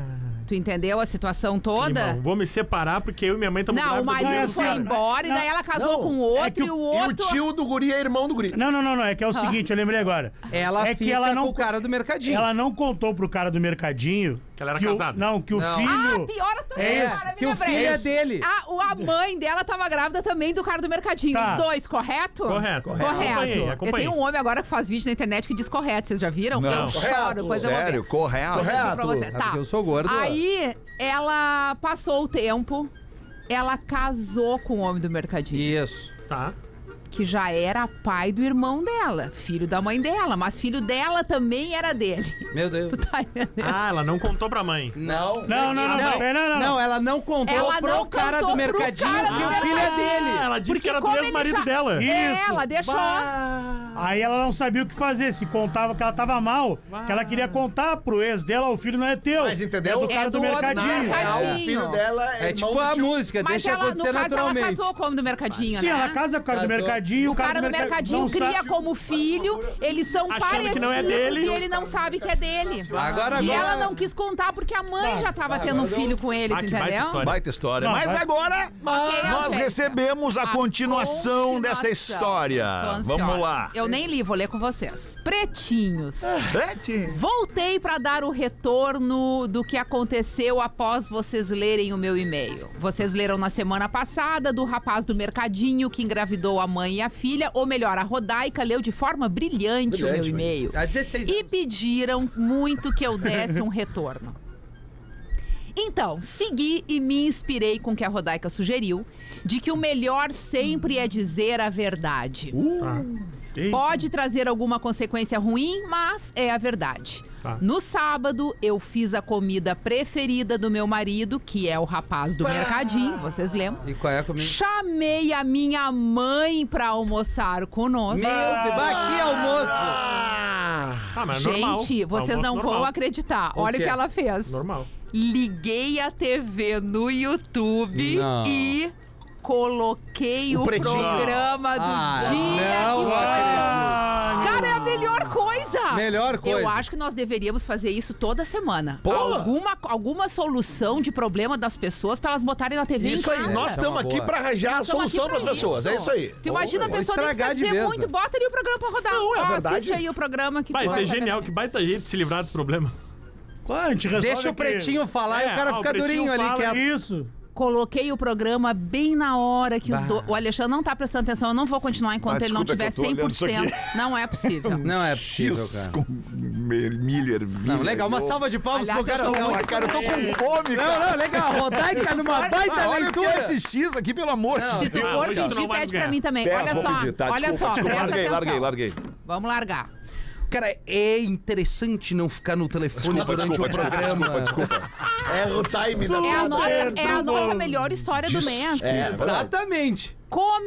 Tu entendeu a situação
irmão,
toda?
vou me separar porque eu e minha mãe estamos
Não, o
Não, é
marido
assim,
foi
ó,
embora e
não,
daí ela casou
não,
com
é
outro
que o-
e o
E o
outro.
tio do guri é irmão do guri.
Não, não, não, não. É que é
Ah.
o seguinte, eu lembrei agora.
Ela
é
fica
que ela
com
não,
o cara do mercadinho.
ela não contou pro cara do mercadinho.
Que ela era
o-
casada.
não, que o
Não.
filho.
Ah, piora também,
É isso,
cara. Me
que o
lembrei.
filho é dele.
Ah, o- a mãe dela tava grávida também do cara do mercadinho.
Tá.
Os dois, correto?
Correto.
Correto.
Acompanhei,
Eu
acompanhei.
tenho um homem agora que faz vídeo na internet que diz correto. Vocês já viram?
Não.
Eu choro,
Correto,
depois eu vou ver.
Sério, correto.
Depois eu digo pra
correto.
você.
É
Tá.
porque eu sou gordo.
Aí ela passou o tempo, ela casou com o homem do mercadinho,
Isso.
Tá.
que já era pai do irmão dela, filho da mãe dela, mas filho dela também era dele. [LAUGHS]
Meu Deus.
Tu tá entendendo?
Ah, ela não contou pra mãe.
Não.
Não, não, não, não, não, não, não.
ela não contou
Ela
pro
não
cara
contou
do
pro
mercadinho
cara do
que o filho é
Ah,
dele.
Ela disse
Porque
que era do
como
mesmo
ele
marido
já- É,
dela.
Isso.
Ela deixou.
Bah.
Aí ela não sabia o que fazer, se contava que ela tava mal, que ela queria contar pro ex dela, o filho não é teu.
Mas entendeu?
É do cara
É
do,
do outro
mercadinho.
Na real, o
Mercadinho.
filho dela é,
É
irmão
tipo
do
a
tio.
música,
Mas
deixa
ela, no
acontecer
caso, ela
naturalmente.
casou com o homem do mercadinho,
Sim,
né?
ela casa com o cara do
Casou.
mercadinho,
o cara do mercadinho
não
cria
sabe-
como filho, eles são
Achando
parecidos
que não é dele.
e ele não sabe que é dele.
Agora,
E
agora-
ela não quis contar porque a mãe já tava tendo um filho com ele,
Ah,
tu
que baita
entendeu?
história.
Baita história.
Não,
Mas
vai-
agora
Ok,
nós
Alberta.
recebemos a,
A
continuação
continuação.
dessa história.
Tô ansiosa.
Vamos lá.
Eu nem li, vou ler com vocês. Pretinhos.
Bete.
Voltei para dar o retorno do que aconteceu após vocês lerem o meu e-mail. Vocês leram na semana passada do rapaz do mercadinho que engravidou a mãe e a filha, ou melhor, a Rodaica leu de forma brilhante, o meu
Brilhante,
e-mail.
Há 16
E
anos.
pediram muito que eu desse um retorno. Então, segui e me inspirei com o que a Rodaica sugeriu, de que o melhor sempre é dizer a verdade.
Eita.
Pode trazer alguma consequência ruim, mas é a verdade.
Tá.
No sábado, eu fiz a comida preferida do meu marido, que é o rapaz do mercadinho, vocês lembram?
E qual é a comida?
Chamei a minha mãe pra almoçar conosco.
Meu Deus, bah, que almoço!
Ah, mas é normal.
Gente, vocês
Almoço
não vão
normal.
acreditar.
O
Olha o
quê?
que ela fez.
Normal.
Liguei a TV no YouTube
Não.
e coloquei o,
Pretinho.
programa do
Ah,
dia
não
que foi.
acredito.
Ah,
Cara, é a melhor coisa.
Melhor coisa.
Eu acho que nós deveríamos fazer isso toda semana.
Pô!
Alguma, alguma solução de problema das pessoas pra elas botarem na TV
Isso
em
aí,
casa.
nós
É uma
estamos aqui
boa.
pra arranjar a
Nós tamo aqui
solução
pra
pras pessoas. É isso aí.
Tu imagina a
Vou
pessoa nem precisa
estragar de
dizer
vez,
muito,
né?
bota ali o programa pra rodar.
Não, é
Ó,
verdade.
Assiste aí o programa que
Vai
tu né?
ser
saber
genial,
melhor.
que baita jeito de se livrar dos problemas.
Claro, a gente resolve
Deixa o
aqui.
pretinho falar e
É,
o cara
ó, o
fica
pretinho
durinho ali
fala
é
quieto.
Isso.
Coloquei o programa bem na hora que os dois. O Alexandre não tá prestando atenção, eu não vou continuar enquanto
Ah,
ele não
desculpa, é
tiver
que eu tô olhando isso
100%. Não é
[LAUGHS]
possível.
Não é possível, cara.
com milho, ervilha.
Não, legal, uma salva de palmas
Aliás,
pro cara.
eu tô-
Ah, cara, eu tô com fome,
Não,
cara.
não, legal. Rodaica numa baita
Olha que
leitura.
é esse X aqui, pelo amor de
Não,
Deus.
Se tu
Ah,
for
hoje tu não
pedir,
vai
pede
ganhar.
pra mim também.
Pera,
olha
vou
só,
pedir, tá?
olha
Desculpa,
só,
desculpa.
presta
Larguei,
atenção.
larguei, larguei.
Vamos largar.
Cara, é interessante não ficar no telefone
Desculpa,
durante
desculpa,
o
desculpa,
programa.
desculpa, desculpa.
Erra o time da
É a nossa, é a
Super
nossa
bom.
melhor história do mês.
É.
Exatamente.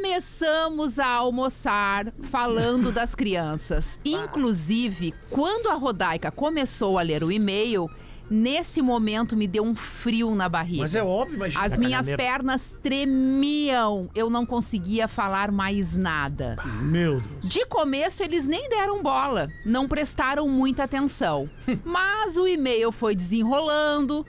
Começamos a almoçar falando das crianças. Inclusive, quando a Rodaica começou a ler o e-mail, nesse momento me deu um frio na barriga.
Mas é óbvio, imagina.
As minhas
caganeira.
pernas tremiam. Eu não conseguia falar mais nada.
Meu Deus.
De começo, eles nem deram bola, não prestaram muita
[LAUGHS]
atenção. Mas o e-mail foi desenrolando,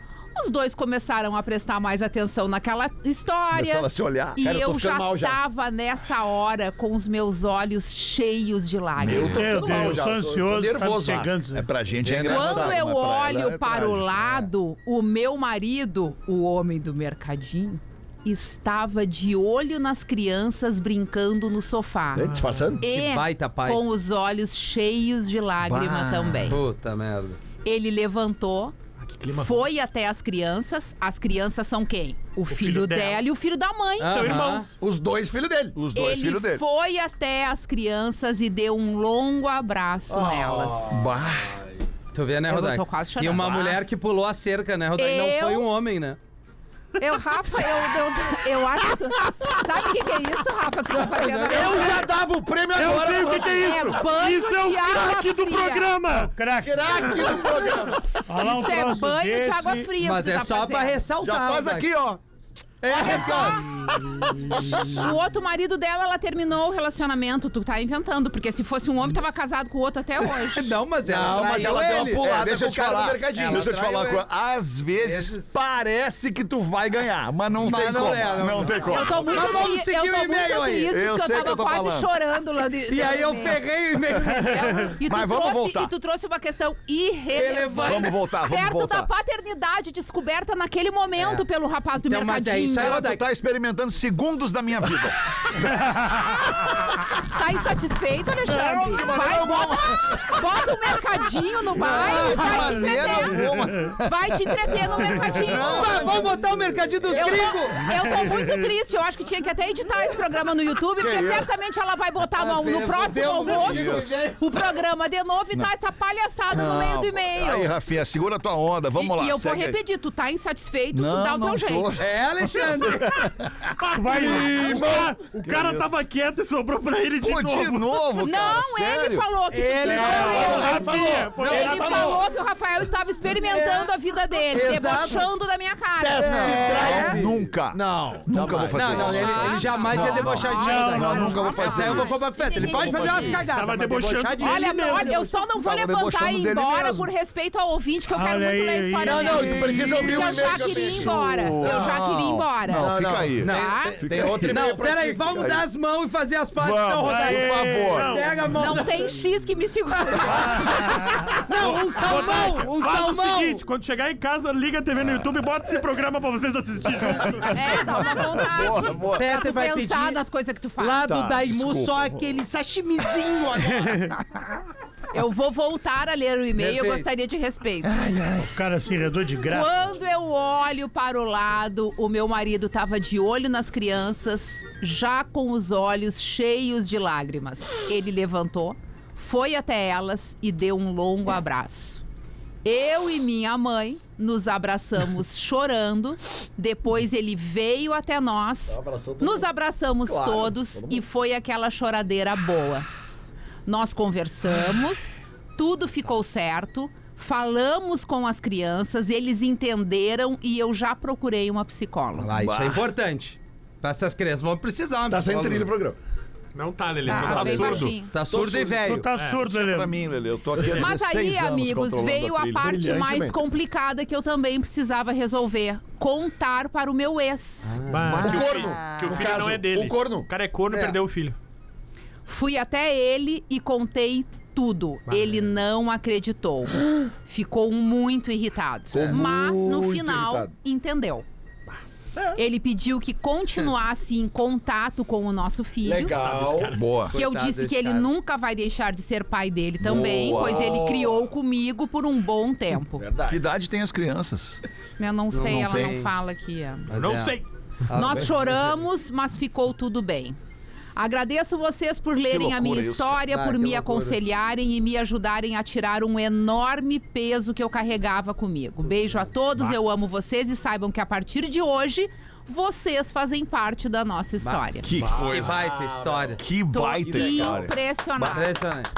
os dois começaram a prestar mais atenção naquela história.
Começaram a se olhar.
E
Cara, eu tô
eu
ficando
já
mal já.
tava nessa hora com os meus olhos cheios de lágrimas.
Meu
ficando mal
Deus,
já,
sou
tô- tô
ansioso.
nervoso
tá
já.
chegando. isso
É
aí.
pra gente, é engraçado.
Quando eu
mas pra ela
olho
é
para o
trágico, né?
lado, o meu marido, o homem do mercadinho, estava de olho nas crianças brincando no sofá.
É
É,
Ei, Disfarçando?
E
Que baita pai.
com os olhos cheios de lágrima também.
Puta merda.
Ele levantou,
Ah, que clima.
foi até as crianças. As crianças são quem? O, filho,
filho
dela.
dela.
e o filho da mãe.
Aham.
irmãos.
Os dois filhos dele.
Os dois
Ele
filhos dele.
foi até as crianças e deu um longo abraço
Ah,
nelas.
Tu vê, né,
Eu
Rodaica?
tô quase chorando.
E uma
Ah.
mulher que pulou a cerca, né, Rodaica?
Eu-
Não foi um homem, né?
Eu, Rafa, eu, eu, eu acho que tu... Sabe o que, que é isso, Rafa, que tu tá fazendo agora?
já dava o prêmio
Eu sei o que, que é isso.
É banho
isso é o
de água
craque do
fria. É
programa. Craque.
Craque do programa.
Falar um
Isso é
troço
banho
desse.
de água fria.
Mas
que tu
é
tá
só pra
fazendo.
ressaltar.
Já faz
Rodaica.
aqui, ó.
É,
O outro marido dela, ela terminou o relacionamento. Tu tá inventando, porque se fosse um homem, tava casado com o outro até hoje.
Não, mas ela
Não, mas
traiu
ela deu uma
ele.
pulada.
É, deixa
com
eu
o
te
cara do
falar.
mercadinho.
Deixa eu te
Ela
falar.
traiu
uma coisa. Às vezes
Vezes.
parece que tu vai ganhar, mas não
Mas
tem
não
como.
é, não,
não,
não.
tem como.
Eu tô muito,
Mas vamos
tri- eu
seguir
tô
o e-mail
muito
aí.
triste,
Eu
porque
sei
eu
que
tava
eu tô
quase
falando.
chorando lá de,
E aí eu
de-
ferrei o e-mail.
E tu
Mas vamos
trouxe,
voltar.
E tu trouxe uma questão irrelevante.
Vamos voltar, vamos
Perto
voltar.
da paternidade descoberta naquele momento
É.
pelo rapaz do
Então, mas é
mercadinho.
isso aí,
Ela
Rodaica.
tá experimentando segundos da minha vida.
[LAUGHS] Tá insatisfeito, Alexandre? Vai, bota, bota o mercadinho no bairro e vai te entreter. Vai te entreter no mercadinho.
Mas Vamos botar o mercadinho dos
Eu tô,
gringos.
eu tô muito triste. Eu acho que tinha que até editar esse programa no YouTube, porque certamente ela vai botar no, no próximo
né?
almoço o programa de novo e tá essa palhaçada no meio do
Aí,
e-mail.
Rafinha, segura tua onda, vamos
e,
lá.
e eu vou
segue aí.
repetir, tu tá insatisfeito, tu
Não,
dá o teu
não
jeito.
tô.
É, Alexandre.
Vai,
O cara tava quieto e sobrou pra ele de
Pô, de
novo.
novo, cara,
Não, ele
sério?
falou que tu-
Ele falou.
Rafinha, foi
Ele falou. que o Rafael estava
É.
experimentando a vida dele,
Exato.
debochando da minha cara. É.
Não, Nunca.
Não.
Nunca vou fazer
Não, não,
isso.
ele, ele jamais ia debochar de
não,
Rodaica.
não,
nunca vou
Essa
fazer
aí eu vou
isso.
comprar com o Feta. Ele pode fazer umas cagadas.
Tava
mas
debochando
debochar de
dele
Olha,
mesmo.
olha, eu só não vou
Tava
levantar
debochando
e ir
dele
embora
mesmo.
por respeito ao ouvinte, que eu quero
Olha
muito ler a
aí.
história
Não, não,
dele.
tu precisa ouvir
Eu
o
já
e-mail
queria ir
também.
embora. Eu já
Não,
queria ir embora.
Não, fica
não.
aí.
Não.
Tá?
Tem outro e-mail
Não,
pra ti.
peraí, vamos dar as mãos e fazer as partes.
Vamos.
Então,
Por
Rodaica,
favor.
pega a mão.
Não
da-
tem X que me segura.
Não, um salmão, um
Faz o
salmão.
seguinte, quando chegar em casa, liga a TV no YouTube e bota esse programa pra vocês assistirem junto.
É, dá uma vontade.
Boa, boa.
Pra
Feta
tu
vai
pensar
pedir
nas coisas que tu faz.
lá do Daimu
desculpa.
só aquele sashimizinho agora.
Eu vou voltar a ler o e-mail, eu
Perfeito.
gostaria de respeito.
O cara se redou de graça.
Quando eu olho para o lado, o meu marido estava de olho nas crianças, já com os olhos cheios de lágrimas. Ele levantou, foi até elas e deu um longo abraço. Eu e minha mãe nos
[LAUGHS]
abraçamos chorando. Depois ele veio até nós.
Abraçou todo
Nos
mundo.
abraçamos
Claro,
todos
todo mundo.
e foi aquela choradeira boa. Nós conversamos, tudo ficou certo, falamos com as crianças, eles entenderam e eu já procurei uma psicóloga.
Lá, isso é importante. Pra essas crianças vão precisar.
Tá sem
psicólogo.
trilho o programa.
Não tá, Lelê.
Ah,
tu tá
bem
surdo.
baixinho.
Tá surdo e velho.
Tu tá surdo, Helena.
É, Pra mim, Lelê, eu tô aqui há
Mas
16
aí,
anos
amigos,
controlando
veio a
trilha.
parte mais
Brilhantemente.
complicada que eu também precisava resolver. Contar para o meu ex.
Bah, que o
Ah.
corno,
filho- Que o
no
filho
caso,
não é dele.
é o corno.
O cara é corno e
É.
perdeu o filho.
Fui até ele e contei tudo. Ele não acreditou. [GASPS] Ficou muito irritado.
Ficou
Mas no
muito
final
irritado. É.
entendeu. Ele pediu que continuasse em contato com o nosso filho.
Tá,
Legal.
Boa.
Que eu
Coitado
disse
desse
que ele
cara.
nunca vai deixar de ser pai dele também,
Boa.
pois ele criou comigo por um bom tempo.
Verdade.
Que idade tem as crianças?
Eu não sei,
não
ela
tem.
não fala aqui. é.
Mas
não
é.
sei.
Ah,
Nós
bem.
choramos, mas ficou tudo bem. Agradeço vocês por lerem
loucura
a minha
isso,
história,
cara. Ah,
por
que
me
loucura.
aconselharem e me ajudarem a tirar um enorme peso que eu carregava comigo. Beijo a todos, eu amo vocês e saibam que a partir de hoje vocês fazem parte da nossa história.
Que
Que
coisa.
baita história.
Que
Tô
baita história.
impressionada.
Impressionante.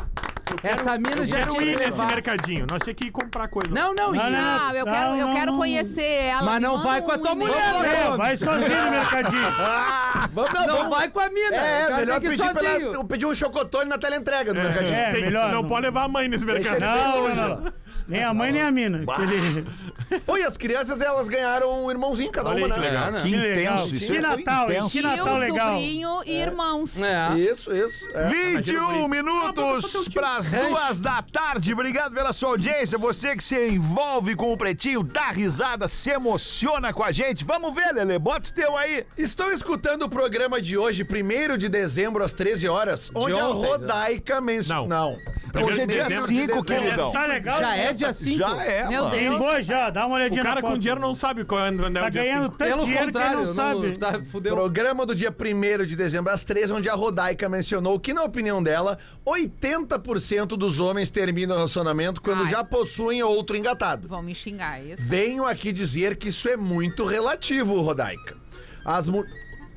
Essa mina já
Quero
tinha
ir
que
nesse
levar.
mercadinho. Nós tinha que comprar coisa.
Não, não,
Não,
ia.
Não, eu quero, eu
Não,
quero
não.
conhecer ela.
Mas
me
não
manda
vai com a
um
tua
e-mail.
mulher, né?
É, vai sozinho no
[LAUGHS]
mercadinho.
Ah,
Vamos,
Não, vai com a mina.
É, melhor
que
pedir,
sozinho.
pela, pedir um chocotone na teleentrega do mercadinho.
É,
Tem-
melhor.
Não pode levar a mãe nesse mercado.
Não, não, não. Nem a mãe, nem a mina. Aquele-
Pô, e as crianças, elas ganharam um irmãozinho cada
Olha
uma,
aí,
né?
legal.
Que
Que legal.
intenso. Isso
Que
aí foi
Natal, hein?
intenso.
Que Natal
Tio,
legal.
sobrinho e irmãos.
É.
Isso, isso. É.
21
Ah,
minutos para as
Rancho.
duas da tarde. Obrigado pela sua audiência. Você que se envolve com o Pretinho, dá risada, se emociona com a gente. Vamos ver, Lele. Bota o teu aí.
Estão escutando o programa de hoje, 1 de dezembro, às 13 horas, onde a
ontem,
Rodaica
Não.
mencionou.
Hoje é dia 5, queridão.
Tá legal?
Já é dia
assim,
5.
Já é,
Meu
mano.
Deus.
Pingou já, dá uma olhadinha
O cara
na
com
foto.
dinheiro não sabe quando quando é
Tá
o dia
ganhando
cinco.
tanto
Pelo
dinheiro que ele
contrário,
não
não
sabe.
tá, fudeu.
Programa do dia 1 de dezembro, às 13, onde a Rodaica mencionou que, na opinião dela, 80% dos homens terminam o relacionamento quando
Ai.
já possuem outro engatado.
Vão me xingar é isso.
Venho aqui dizer que isso é muito relativo, Rodaica. As mu-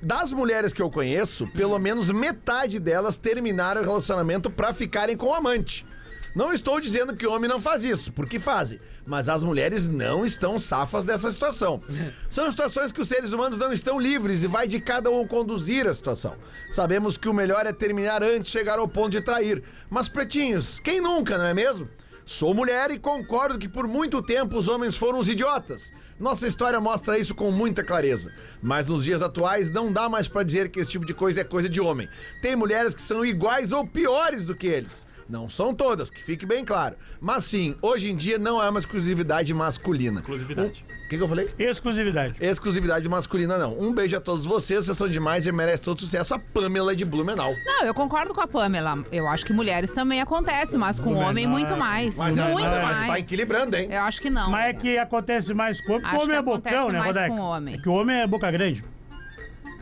das mulheres que eu conheço, pelo menos metade delas terminaram o relacionamento pra ficarem com o amante. Não estou dizendo que homem não faz isso, porque fazem. Mas as mulheres não estão safas dessa situação. São situações que os seres humanos não estão livres e vai de cada um conduzir a situação. Sabemos que o melhor é terminar antes de chegar ao ponto de trair. Mas, pretinhos, quem nunca, não é mesmo? Sou mulher e concordo que por muito tempo os homens foram os idiotas. Nossa história mostra isso com muita clareza. Mas nos dias atuais não dá mais pra dizer que esse tipo de coisa é coisa de homem. Tem mulheres que são iguais ou piores do que eles. Não são todas, que fique bem claro. Mas sim, hoje em dia não é uma exclusividade masculina.
Exclusividade.
O que, que eu falei?
Exclusividade.
Exclusividade masculina não. Um beijo a todos vocês, vocês são demais e merecem todo sucesso. A Pamela de Blumenau.
Não, eu concordo com a Pamela. Eu acho que mulheres também acontece, mas com
Não é
homem
nada.
muito mais.
Mas é
muito
nada.
mais.
Tá equilibrando, hein?
Eu acho que não.
Mas é
né?
que acontece mais com o homem, porque o
Acho
homem
que
é bocão,
acontece
né,
mais
Rodaica?
com o homem.
É que o homem é boca grande.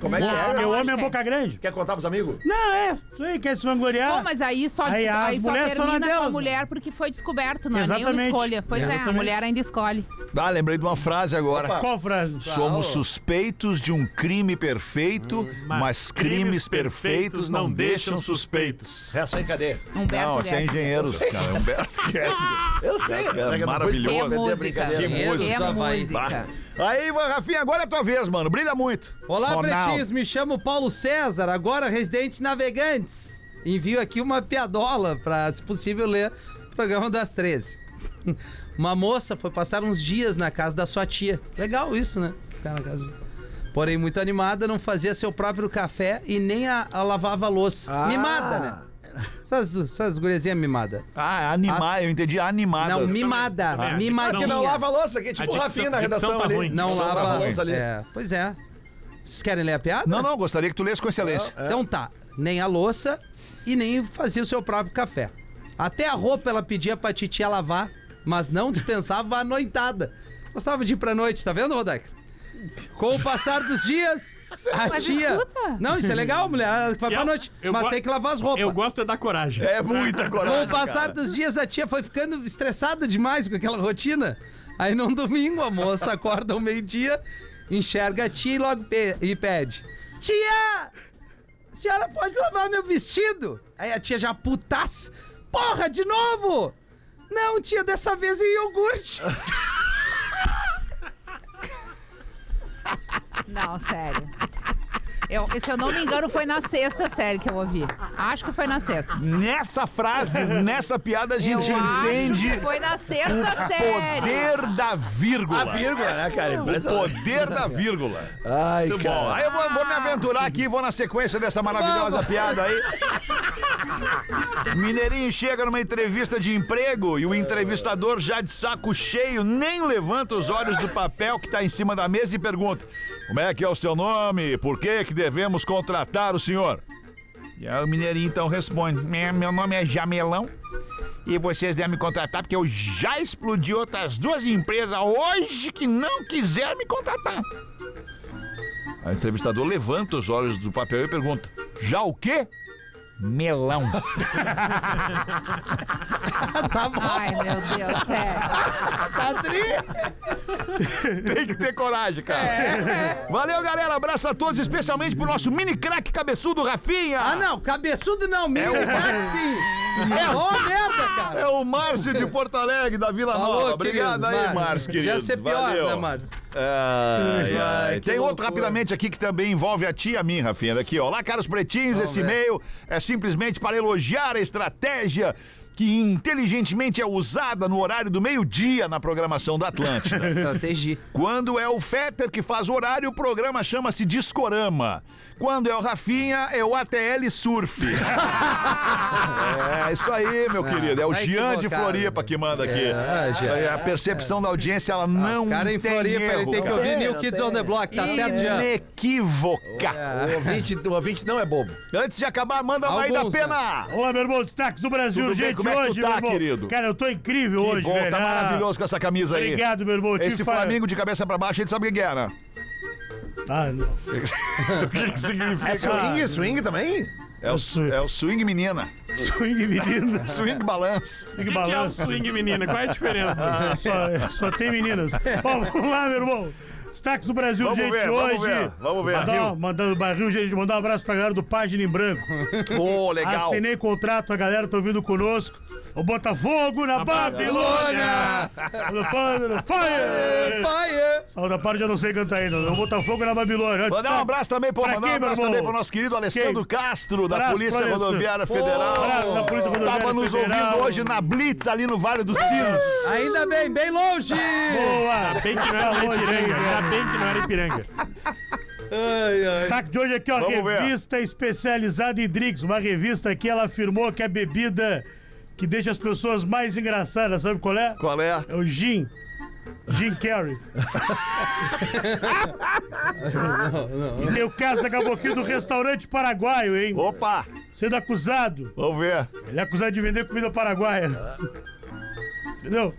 Como é que
Não,
é?
Porque
não.
o
acho
homem é
que é.
boca grande.
Quer contar pros amigos?
Não, é. Isso aí, quer se vangloriar.
Pô, mas aí só,
Aí as
aí só
mulheres são
termina com a
delas,
mulher porque foi descoberto, não é nenhuma
Exatamente.
escolha. Pois é, a
Exatamente.
mulher ainda escolhe.
Ah, lembrei de uma frase agora.
Opa.
Qual frase?
Somos
Tá,
suspeitos de um crime perfeito, Hum, mas, crimes perfeitos não deixam suspeitos.
Essa aí, cadê?
Humberto
Não, você é
Gessinger.
engenheiro, cara. Humberto
Ah,
Gessinger.
Eu sei.
Essa é
Né, que não foi
maravilhoso.
Que
tempo, né,
música.
brincadeira.
Que
música.
música.
Aí, Rafinha, agora é tua vez, mano. Brilha muito.
Olá,
Ronaldo.
pretinhos, me chamo Paulo César, agora residente em Navegantes. Envio aqui uma piadola para, se possível, ler o programa das 13. [LAUGHS] Uma moça foi passar uns dias na casa da sua tia. Legal isso, né? Ficar na casa. de- Porém, muito animada, não fazia seu próprio café e nem a, a lavava a louça.
Ah.
Mimada, né? Essas, essas guriazinhas mimadas.
Ah, animar, eu entendi
Ah,
animada.
Não, mimada.
também.
mimadinha.
Que não lava a louça, que é
A
tipo o
dicção-
Rafinha na
dicção
redação
tá
ali.
ruim.
Não
Só
lava.
lava a louça ali.
É, pois é. Vocês querem ler a piada?
Não, não, gostaria que tu lesse com excelência.
É.
Então tá, nem a louça e nem fazia o seu próprio café. Até a roupa ela pedia pra titia lavar, mas não [LAUGHS] dispensava a noitada. Gostava de ir pra noite, tá vendo, Rodaica? Com o passar dos dias, a
Mas
tia.
escuta.
Não, isso é legal, mulher. ela Vai pra
Eu-
noite,
é eu
mas
go-
tem que lavar as roupas.
Eu gosto é da coragem.
É muita
Com o
coragem.
passar dos dias, a tia foi ficando estressada demais com aquela rotina. Aí num domingo, a moça acorda ao meio-dia, enxerga a tia e logo pe- e pede: Tia! A senhora pode lavar meu vestido? Aí a tia já putaça: Porra, de novo! Não, tia, dessa vez em iogurte. [LAUGHS]
Não, sério. Eu, se eu não me engano, foi na sexta série que eu ouvi. Acho que foi na sexta.
Nessa
[LAUGHS]
frase, nessa piada, a gente
eu
entende
Acho que é foi na sexta série.
poder da vírgula.
A vírgula, né, cara?
O
Impressionante.
poder da vírgula.
Ai,
Muito
cara.
bom. Aí eu vou, vou me aventurar aqui, vou na sequência dessa maravilhosa piada aí. Mineirinho chega numa entrevista de emprego e o entrevistador, já de saco cheio, nem levanta os olhos do papel que tá em cima da mesa e pergunta: Como é que é o seu nome? Por que, que devemos contratar o senhor? E aí o Mineirinho então responde: "É, Meu nome é Jamelão. E vocês devem me contratar porque eu já explodi outras duas empresas hoje que não quiseram me contratar. A entrevistador levanta os olhos do papel e pergunta: Já o quê? Melão.
tá bom,
Ai, meu Deus, sério.
tá
[LAUGHS]
tri.
Tem que ter coragem, cara. Valeu, galera. Abraço a todos, especialmente pro nosso mini craque cabeçudo, Rafinha.
Ah, não, cabeçudo não, mesmo. É sim. É ô merda, cara.
É o Márcio de Porto Alegre, da Vila Nova.
Falou,
Obrigado
querido,
aí,
Márcio.
Márcio,
Já
querido.
ser pior,
Valeu.
né, Márcio?
Ai, ai.
Ai, que
Tem outro
loucura.
rapidamente aqui que também envolve a ti e a mim, Rafinha. Aqui, ó. Lá, caros pretinhos,
Vamos
esse
ver.
e-mail é simplesmente para elogiar a estratégia que inteligentemente é usada no horário do meio-dia na programação da Atlântida.
Estratégia.
Quando é o Fetter que faz o horário, o programa chama-se Discorama. Quando é o Rafinha, é o ATL
[LAUGHS]
Surf. é isso aí, meu querido. É o
tá
Jean de
equivocado.
Floripa que manda aqui.
É, Jean.
É, a percepção da audiência, ela não
O cara em
tem
Floripa,
erro,
ele tem que
cara.
ouvir
Não
New
tem,
Kids
não
on the
tem.
Block, tá certo, Jean?
Inequívoca.
O ouvinte, o ouvinte não é bobo.
Antes de acabar, manda
Alguns, né?
mais da pena.
Olá, meu irmão, destaques do Brasil,
Tudo bem?
gente,
Como é que tu
hoje,
tá,
meu irmão.
querido?
Cara, eu tô incrível
Que
hoje,
bom,
velho.
tá
Ah,
maravilhoso com essa camisa aí.
Obrigado, meu irmão. Te
Esse
falo-
Flamengo de cabeça pra baixo, ele sabe o que que é, né?
Ah, não.
[LAUGHS] O que, que significa?
É swing? Swing também?
É o, é o swing menina.
Swing, menino.
Swing balanço.
Swing
O que, que é o
balanço.
swing, menina? Qual é a
Ah.
[LAUGHS]
diferença?
só, é só tem meninas. Bom, vamos lá, meu irmão. Destaques do Brasil,
Vamos
gente,
ver,
hoje.
vamos ver, vamos ver.
Mandar, mandar, o barril, gente, mandar um abraço pra galera do Página em Branco.
Ô, legal.
Assinei contrato, a galera tá vindo conosco. O Botafogo na Babilônia! Fire! Fire!
[LAUGHS]
Fire!
Só da parte eu não sei cantar ainda. O Botafogo na Babilônia. Antes
Mandar um
tá-
abraço também, pô,
Pra
mandar um
quem, meu
abraço
irmão?
também pro nosso querido Alessandro
Quem?
Castro, da
Abraço,
Polícia
Alessandro.
Rodoviária Federal.
Abraço da Polícia Rodoviária
Tava nos
Federal.
ouvindo hoje na Blitz, ali no Vale dos Sinos.
Ainda bem, bem longe!
Boa!
Bem que não era Ipiranga. Ainda bem que não era Ipiranga.
Ai, ai.
Destaque de hoje aqui, ó.
Vamos ver.
revista especializada em drinks. Uma revista que ela afirmou que a bebida que deixa as pessoas mais engraçadas, sabe qual é?
Qual é?
É o gin. Jim Carrey. E tem o caso da Caboclinho do restaurante paraguaio, hein?
Opa,
Sendo acusado.
vamos ver.
Ele é acusado de vender comida paraguaia. Entendeu?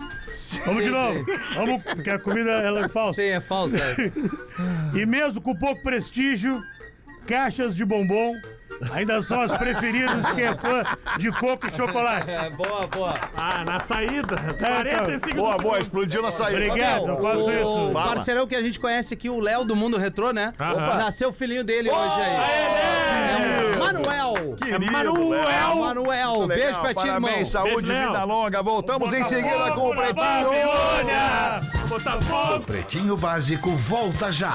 Vamos de novo. Vamos, porque a comida ela é falsa.
Sim, é falso. é.
E mesmo com pouco prestígio, caixas de bombom ainda são as preferidas de quem é fã de coco e
[LAUGHS]
chocolate. Tá,
É, boa, boa.
Ah, na saída.
então.
Boa,
45
boa, explodiu na saída.
Obrigado, eu faço
O
isso.
Fala.
parceirão que a gente conhece aqui, o Léo do Mundo Retrô, né?
Aham.
Nasceu o filhinho dele hoje aí. É o Manuel!
Querido,
Manuel.
Léo.
Manuel,
Muito
beijo
legal,
pra ti, irmão.
Parabéns, saúde
Beijo,
e vida
Léo.
longa. Voltamos em seguida com o
Botafogo na
Pretinho.
Tá Babilônia!
Botafogo.
Pretinho Básico volta já.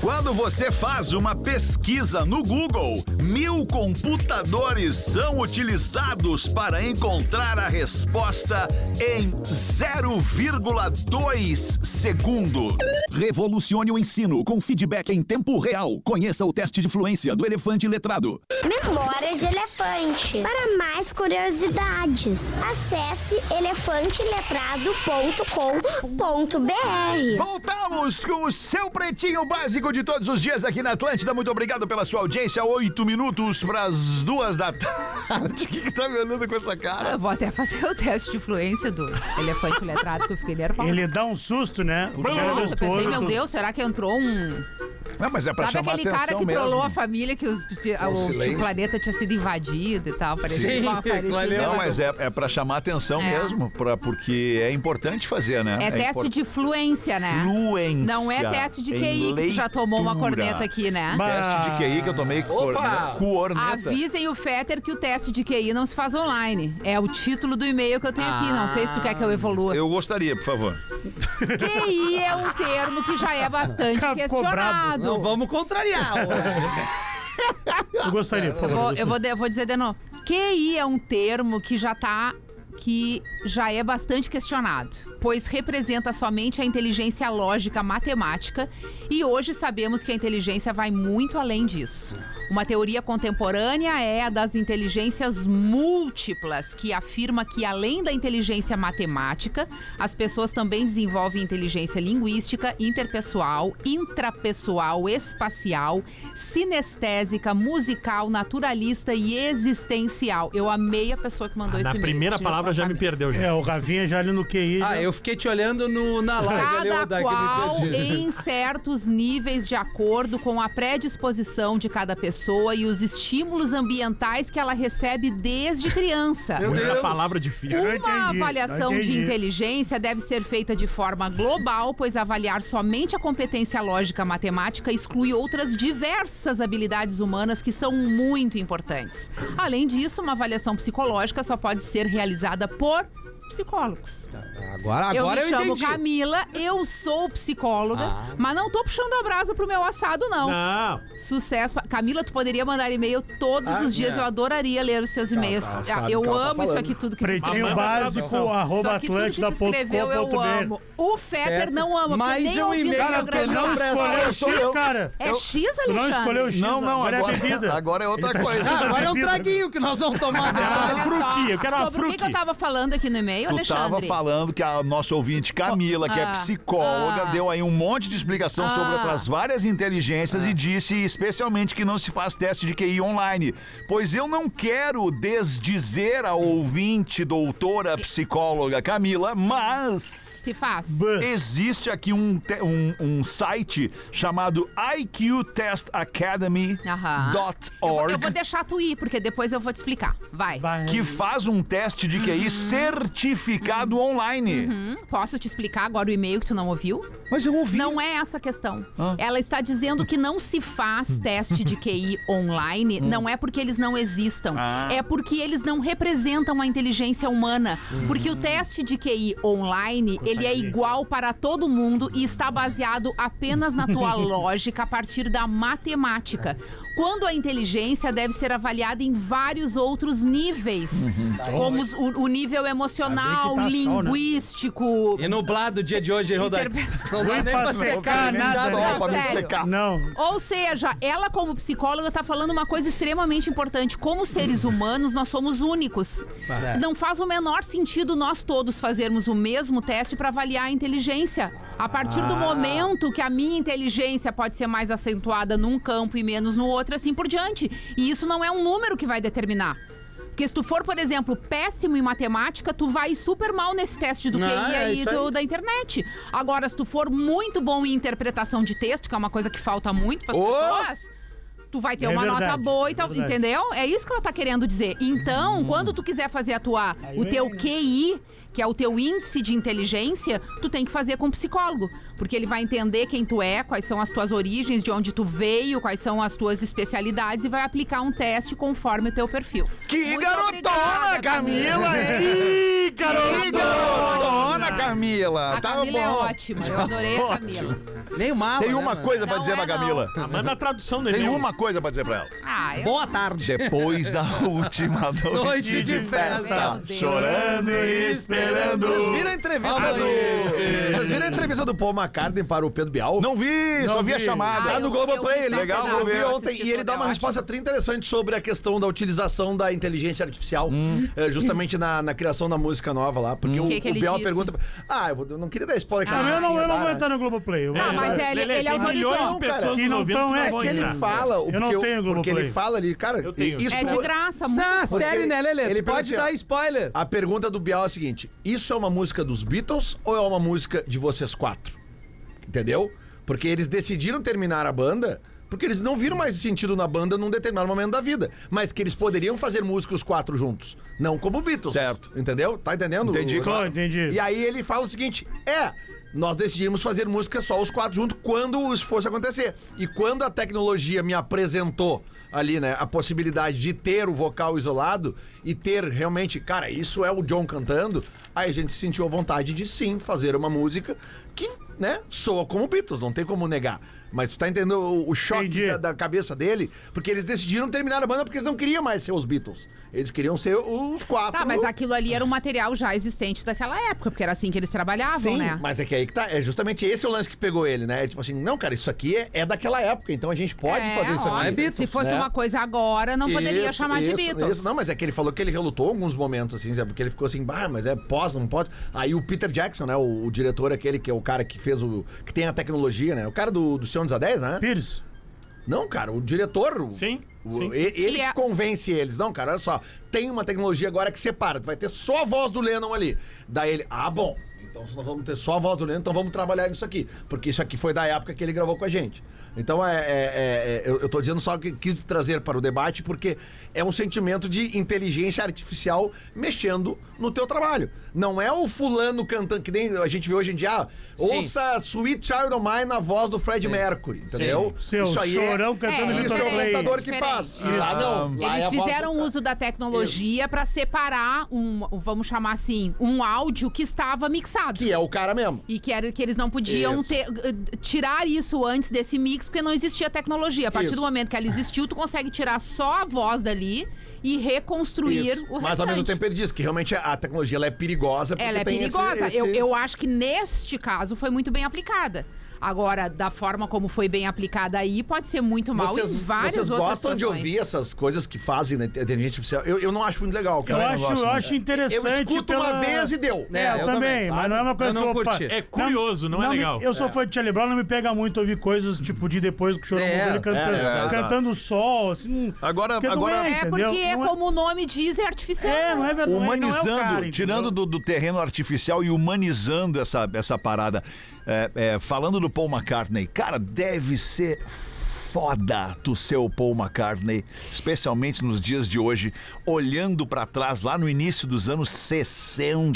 Quando você faz uma pesquisa no Google, mil computadores são utilizados para encontrar a resposta em 0,2 segundo. Revolucione o ensino com feedback em tempo real. Conheça o teste de fluência do elefante letrado.
Memória de elefante. Para mais curiosidades, acesse elefanteletrado.com.br.
Voltamos com o seu pretinho básico de todos os dias aqui na Atlântida. Muito obrigado pela sua audiência. Oito minutos para as
[LAUGHS]
duas da tarde. O que, que tá me olhando com essa cara?
Eu vou até fazer o teste de fluência do elefante letrado, que eu fiquei nervosa.
Ele dá um susto, né? O cara
Nossa,
gostoso.
pensei, meu Deus, será que entrou um
Não, mas é pra
Sabe
chamar
aquele
atenção
cara que
mesmo.
trollou a família que, os- que o, que o planeta tinha sido invadido e tal? Parecia
Sim,
uma parecia-
clareou.
Não, mas é, é pra chamar atenção
né? É.
mesmo, pra, porque é importante fazer, né?
É teste de fluência, né?
Fluência.
Não é teste de
em
QI, que tu já tomou uma
leitura.
corneta aqui, né?
Teste de QI que eu tomei corne- corneta.
Avisem o Fetter que o teste de QI não se faz online. É o título do e-mail que eu tenho aqui. Não sei se tu quer que eu evolua.
Eu gostaria, por favor. Ah.
QI é um termo que já é bastante
Ficou
questionado.
Não vamos contrariar.
[LAUGHS]
ô.
Eu gostaria, por
Eu
favor.
vou, eu
gostaria.
vou, de- eu vou dizer de novo. QI é um termo que já tá. que já é bastante questionado, pois representa somente a inteligência lógica matemática e hoje sabemos que a inteligência vai muito além disso. Uma teoria contemporânea é a das inteligências múltiplas, que afirma que além da inteligência matemática, as pessoas também desenvolvem inteligência linguística, interpessoal, intrapessoal, espacial, sinestésica, musical, naturalista e existencial. Eu amei a pessoa que mandou esse
Ah, Na
e-mail.
primeira
Tirou
palavra
pra
já me
mim.
perdeu, já.
É, o Ravinha já ali no QI. já-
é.
Ah, eu fiquei te olhando no, na live. ali, ô,
Cada
Dag, me
qual
perdi.
em certos níveis de acordo com a predisposição de cada pessoa e os estímulos ambientais que ela recebe desde criança.
Meu
Muita
Deus.
palavra é difícil.
Eu entendi,
Uma avaliação
eu
de
entendi.
inteligência deve ser feita de forma global, pois avaliar somente a competência lógica matemática exclui outras diversas habilidades humanas que são muito importantes. Além disso, uma avaliação psicológica só pode ser realizada por psicólogos.
Agora, agora
eu
eu,
me chamo
entendi.
Camila, eu sou psicóloga,
Ah.
mas não tô puxando a brasa pro meu assado, não.
Não,
Sucesso. pra- Camila, tu poderia mandar e-mail todos
Ah,
os dias.
é.
Eu adoraria ler os seus e-mails.
tá, sabe
eu
que ela tá
amo isso
falando.
aqui, tudo que tu
Pretinho
Mamãe,
básico,
produção.
arroba
só que tudo que tu escreveu eu
atlântida.com.br.
amo. O Fetter não ama, porque
Mais
nem
um
ouvindo
e-mail
a
Cara,
Não,
tu
biografia.
não
Gabriel,
escolheu o X, cara.
É X,
Tu não
Alexandre?
escolheu o X,
Não, não,
agora,
agora,
é bebida.
tá
agora é outra coisa.
Ah, agora é um
Bebida, né?
traguinho que nós vamos tomar. né?
[LAUGHS]
Ah,
Olha
fruki,
só,
eu quero uma
Sobre o que que eu
fruki.
tava falando aqui no e-mail,
Tu tava
Alexandre?
falando que a nossa ouvinte Camila, que é
Ah,
psicóloga,
ah.
deu aí um monte de explicação
Ah.
sobre outras várias inteligências e disse especialmente que não se faz teste de QI online. Pois eu não quero desdizer a ouvinte doutora psicóloga Camila, mas
Se faz.
existe aqui um, te- um, um site chamado iqtestacademy.org
Aham. Eu vou, eu vou deixar tu ir, porque depois eu vou te explicar. Vai.
Vai.
que faz um teste de QI certificado online.
Hum, posso te explicar agora o e-mail que tu não ouviu?
Mas eu ouvi. Ah.
Não é essa a questão. Ela está dizendo que não se
Hum.
faz teste de QI online, não é porque eles não existam,
Ah.
é porque eles não representam a inteligência humana.
Hum.
Porque o teste de QI online, ele é igual para todo mundo e está baseado apenas
[LAUGHS]
na tua lógica a partir da matemática. Quando a inteligência deve ser avaliada em vários outros níveis,
Uhum.
como os- o, o nível emocional,
tá sol, né?
linguístico,
E nublado o dia de hoje, hein, Rodaico?
Interpe-
Não dá nem pra secar, nem dá
nada, né?
pra-
pra me
secar.
Não.
Ou seja, ela como psicóloga tá falando uma coisa extremamente importante. Como seres humanos, nós somos únicos.
É.
Não faz o menor sentido nós todos fazermos o mesmo teste para avaliar a inteligência. A partir do momento que a minha inteligência pode ser mais acentuada num campo e menos no outro, assim por diante. E isso não é um número que vai determinar. Porque se tu for, por exemplo, péssimo em matemática, tu vai super mal nesse teste do
Ah,
QI
é
aí
isso
do,
aí.
da internet. Agora, se tu for muito bom em interpretação de texto, que é uma coisa que falta muito para as
Ô!
pessoas, tu vai ter
É
uma nota
verdade,
boa e
é
tal,
verdade.
entendeu? É isso que ela tá querendo dizer. Então,
Hum.
quando tu quiser fazer atuar o teu QI, que é o teu índice de inteligência, tu tem que fazer com o psicólogo, porque ele vai entender quem tu é, quais são as tuas origens, de onde tu veio, quais são as tuas especialidades e vai aplicar um teste conforme o teu perfil.
Que
Muito
garotona,
obrigada,
Camila!
Ih, garotona, Camila!
A
Tá
Camila é
bom.
ótima, eu adorei a Camila.
Meio mal. né,
Tem uma coisa pra
Não
dizer
é,
pra
não.
Camila.
ah, manda a tradução dele.
Tem uma coisa pra dizer pra ela.
Ah, eu...
Boa tarde.
Depois da última noite.
Noite de festa.
Meu Deus.
Chorando e esperando.
Vocês viram a entrevista
Vamos
do...
aí.
Vocês viram a entrevista do Paul McCartney para o Pedro Bial?
Não vi, só vi a chamada.
Ah,
Lá
eu-
Tá no Globoplay,
eu vi
ele
só
legal,
um
eu vi
pedaço,
ontem.
assisti
E ele dá
tudo,
uma
é
resposta até interessante sobre a questão da utilização da inteligência artificial,
Hum.
eh, justamente na, na criação da música nova lá. Porque o,
Hum. Que que
o
ele
Bial
disse?
pergunta. Ah, eu, vou- eu não queria dar spoiler aqui.
Ah,
Ah,
mas
eu não, eu não
ia
vou
dar, né?
entrar no Globoplay. eu vou
Ah,
entrar.
mas é, ele- ele
tem
autorizou.
milhões
Não,
de
cara,
pessoas
que
nos
não
ouvindo
tão-
que não
é
vão
Que
entrar.
ele fala, o
Eu não
que eu-
tenho
porque
Globoplay.
ele fala ali, cara.
Eu tenho.
Isso
É de graça, muito
Na
Porque
série, Tá né, Lelê?
ele
Tu
pergunta
pode
assim, ó,
dar spoiler.
A pergunta do Bial é a seguinte: isso é uma música dos Beatles ou é uma música de vocês quatro? Entendeu? Porque eles decidiram terminar a banda porque eles não viram mais sentido na banda num determinado momento da vida. Mas que eles poderiam fazer música os quatro juntos. Não como Beatles.
Certo.
Entendeu? Tá entendendo?
Entendi,
o-
Claro, entendi.
E aí ele fala o seguinte: é. Nós decidimos fazer música só os quatro juntos quando isso fosse acontecer. E quando a tecnologia me apresentou ali, né, a possibilidade de ter o vocal isolado e ter realmente, cara, isso é o John cantando, aí a gente se sentiu à vontade de sim fazer uma música que, né, soa como Beatles, não tem como negar. Mas tu tá entendendo o, o choque
Entendi.
da, da cabeça dele? Porque eles decidiram terminar a banda porque eles não queriam mais ser os Beatles. Eles queriam ser os quatro.
Tá, mas aquilo ali era um material já existente daquela época, porque era assim que eles trabalhavam,
Sim,
né?
mas é que aí que tá. É justamente esse o lance que pegou ele, né? É tipo assim, não, cara, isso aqui é, é daquela época, então a gente pode
É,
fazer isso
óbvio.
aqui.
é Beatles,
Se fosse
né?
uma coisa agora, não poderia
Isso,
chamar de
isso,
Beatles.
isso. Não, mas é que ele falou que ele relutou em alguns momentos, assim, sabe? porque ele ficou assim, bah, mas é pós, não pode. Aí o Peter Jackson, né? O, o diretor aquele que é o cara que fez o. que tem a tecnologia, né? O cara do, do Senhor dos Anéis, né?
Pires.
Não, cara, o diretor. o-
Sim,
o-
sim,
e- Ele
E é-
que convence eles. Não, cara, olha só. Tem uma tecnologia agora que separa. Tu vai ter só a voz do Lennon ali. Daí ele. Ah, bom. Então se nós vamos ter só a voz do Lennon, então vamos trabalhar nisso aqui. Porque isso aqui foi da época que ele gravou com a gente. Então é. é- é- é- eu, eu tô dizendo só que quis trazer para o debate porque é um sentimento de inteligência artificial mexendo no teu trabalho. Não é o fulano cantando, que nem a gente vê hoje em dia. Ah,
Sim.
ouça Sweet Child O' Mine na voz do Fred Mercury, entendeu?
Seu chorão cantando
É,
Isso é o
Vitor Ah,
diferente.
Play.
computador que
diferente.
faz.
Isso.
Lá não. lá é a
Eles
voz
fizeram
do-
uso da tecnologia pra separar um, vamos chamar assim, um áudio que estava mixado.
Que é o cara mesmo.
E que, era, que eles não podiam
Isso.
ter- eh, tirar isso antes desse mix, porque não existia tecnologia. A partir
Isso.
do momento que ela existiu, tu consegue tirar só a voz dali e reconstruir
Isso.
o
Mas ao
restante.
mesmo tempo ele diz que realmente a tecnologia ela é perigosa. porque
Ela é
tem esse-
perigosa. Eu,
esses-
eu acho que neste caso foi muito bem aplicada. Agora, da forma como foi bem aplicada aí, pode ser muito mal
Vocês,
em várias
vocês
outras
gostam de
situações.
ouvir essas coisas que fazem na inteligência artificial? Eu, eu não acho muito legal,
Eu
cara. né?
acho, eu acho interessante.
Eu escuto uma
pela-
vez e deu.
É, eu, também, mas não é uma coisa
Eu não
que eu-
curti.
É curioso, não, é
me-
legal.
eu sou fã de Charlie Brown, não me pega muito ouvir coisas tipo de depois que o chorou
É,
ele cantando,
é, é, exato.
cantando o sol, assim.
Agora-
porque não
agora-
É
entendeu?
porque,
Não
como o nome diz, é artificial.
É, não é verdade.
Humanizando,
não é o cara, entendeu?
tirando do, do terreno artificial e humanizando essa, essa parada. É, é, falando do Paul McCartney, cara, deve ser foda tu ser o Paul McCartney, especialmente nos dias de hoje, olhando pra trás lá no início dos anos 60,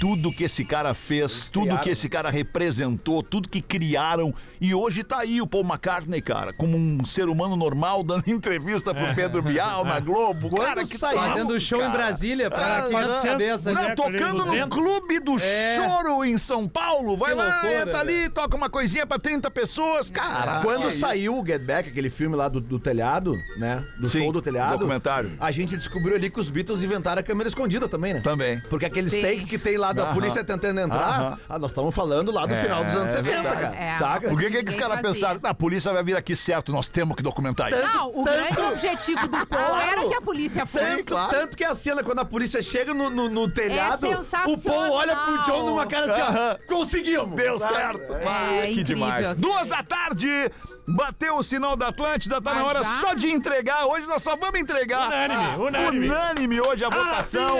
tudo que esse cara fez, tudo
criaram,
que esse cara representou, tudo que criaram e hoje tá aí o Paul McCartney, cara, como um ser humano normal dando [LAUGHS] entrevista pro Pedro Bial na Globo, cara, que
saiu-
troço,
É. Fazendo show em
cara.
Brasília pra
Ah,
500 cabeças.
não,
Não,
ali.
Boneco ali,
tocando no
200.
Clube do
É.
Choro em São Paulo. Vai
Que
lá,
loucura,
entra ali, toca uma coisinha pra 30 pessoas. Cara,
Quando saiu o Get Back, aquele filme lá do, do telhado, né? Do
Sim,
show do telhado.
documentário.
A gente descobriu ali que os Beatles inventaram a câmera escondida também, né?
Também.
Porque aqueles
Sim.
takes que tem lá da
Aham.
polícia tentando entrar,
Aham.
ah, nós estamos falando lá do
É,
final dos anos
é
60,
verdade.
cara.
É,
Por
Porque-
saca?
que, que, eles
Ninguém
caras
fazia.
pensaram? "Ah, A polícia vai vir aqui certo, nós temos que documentar isso.
Não, o grande objetivo do Paul era que a polícia fosse.
assim?
Tanto, tanto que a cena, quando a polícia chega no, no-
É
no telhado, o Paul
sensacional.
olha pro John numa cara de
Aham.
ó, conseguimos.
Deu certo.
É,
que
incrível,
demais.
incrível.
Duas da tarde, bateu o sinal da Atlântida, tá na
Mas
hora
já?
só de entregar. Hoje nós só vamos entregar.
Ah,
Unânime, unânime.
Unânime hoje a votação.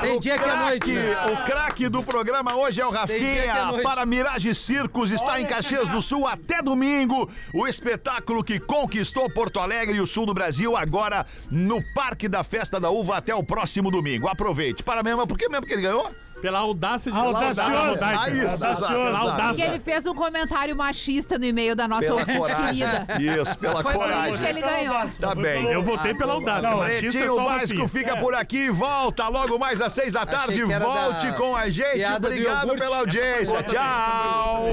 Tem
O
dia que é noite.
craque-
né?
O craque do programa hoje é o
dia que é
Rafinha
noite.
para Mirage Circos, está em Caxias do Sul até domingo. O espetáculo que conquistou Porto Alegre e o sul do Brasil, agora no Parque da Festa da Uva até o próximo domingo. Aproveite. Para mesmo, por que mesmo que ele ganhou?
Pela audácia de
Audaciosa.
audácia.
Ah, isso,
Audácia.
exato,
Pela
exato.
Que
audácia.
ele fez um comentário machista no e-mail da nossa
Pela
ouvinte
coragem.
querida.
Isso, pela
Foi por isso que
coragem.
ele ganhou.
Tá bem.
Eu votei pela audácia.
Não,
machista é só
Pretinho
o
Básico
Rafinha.
fica por aqui, volta logo mais às seis da tarde,
que era
volte
da
com a gente.
piada do
Obrigado
iogurte.
pela audiência. Tchau.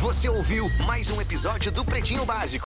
Você ouviu mais um episódio do Pretinho Básico.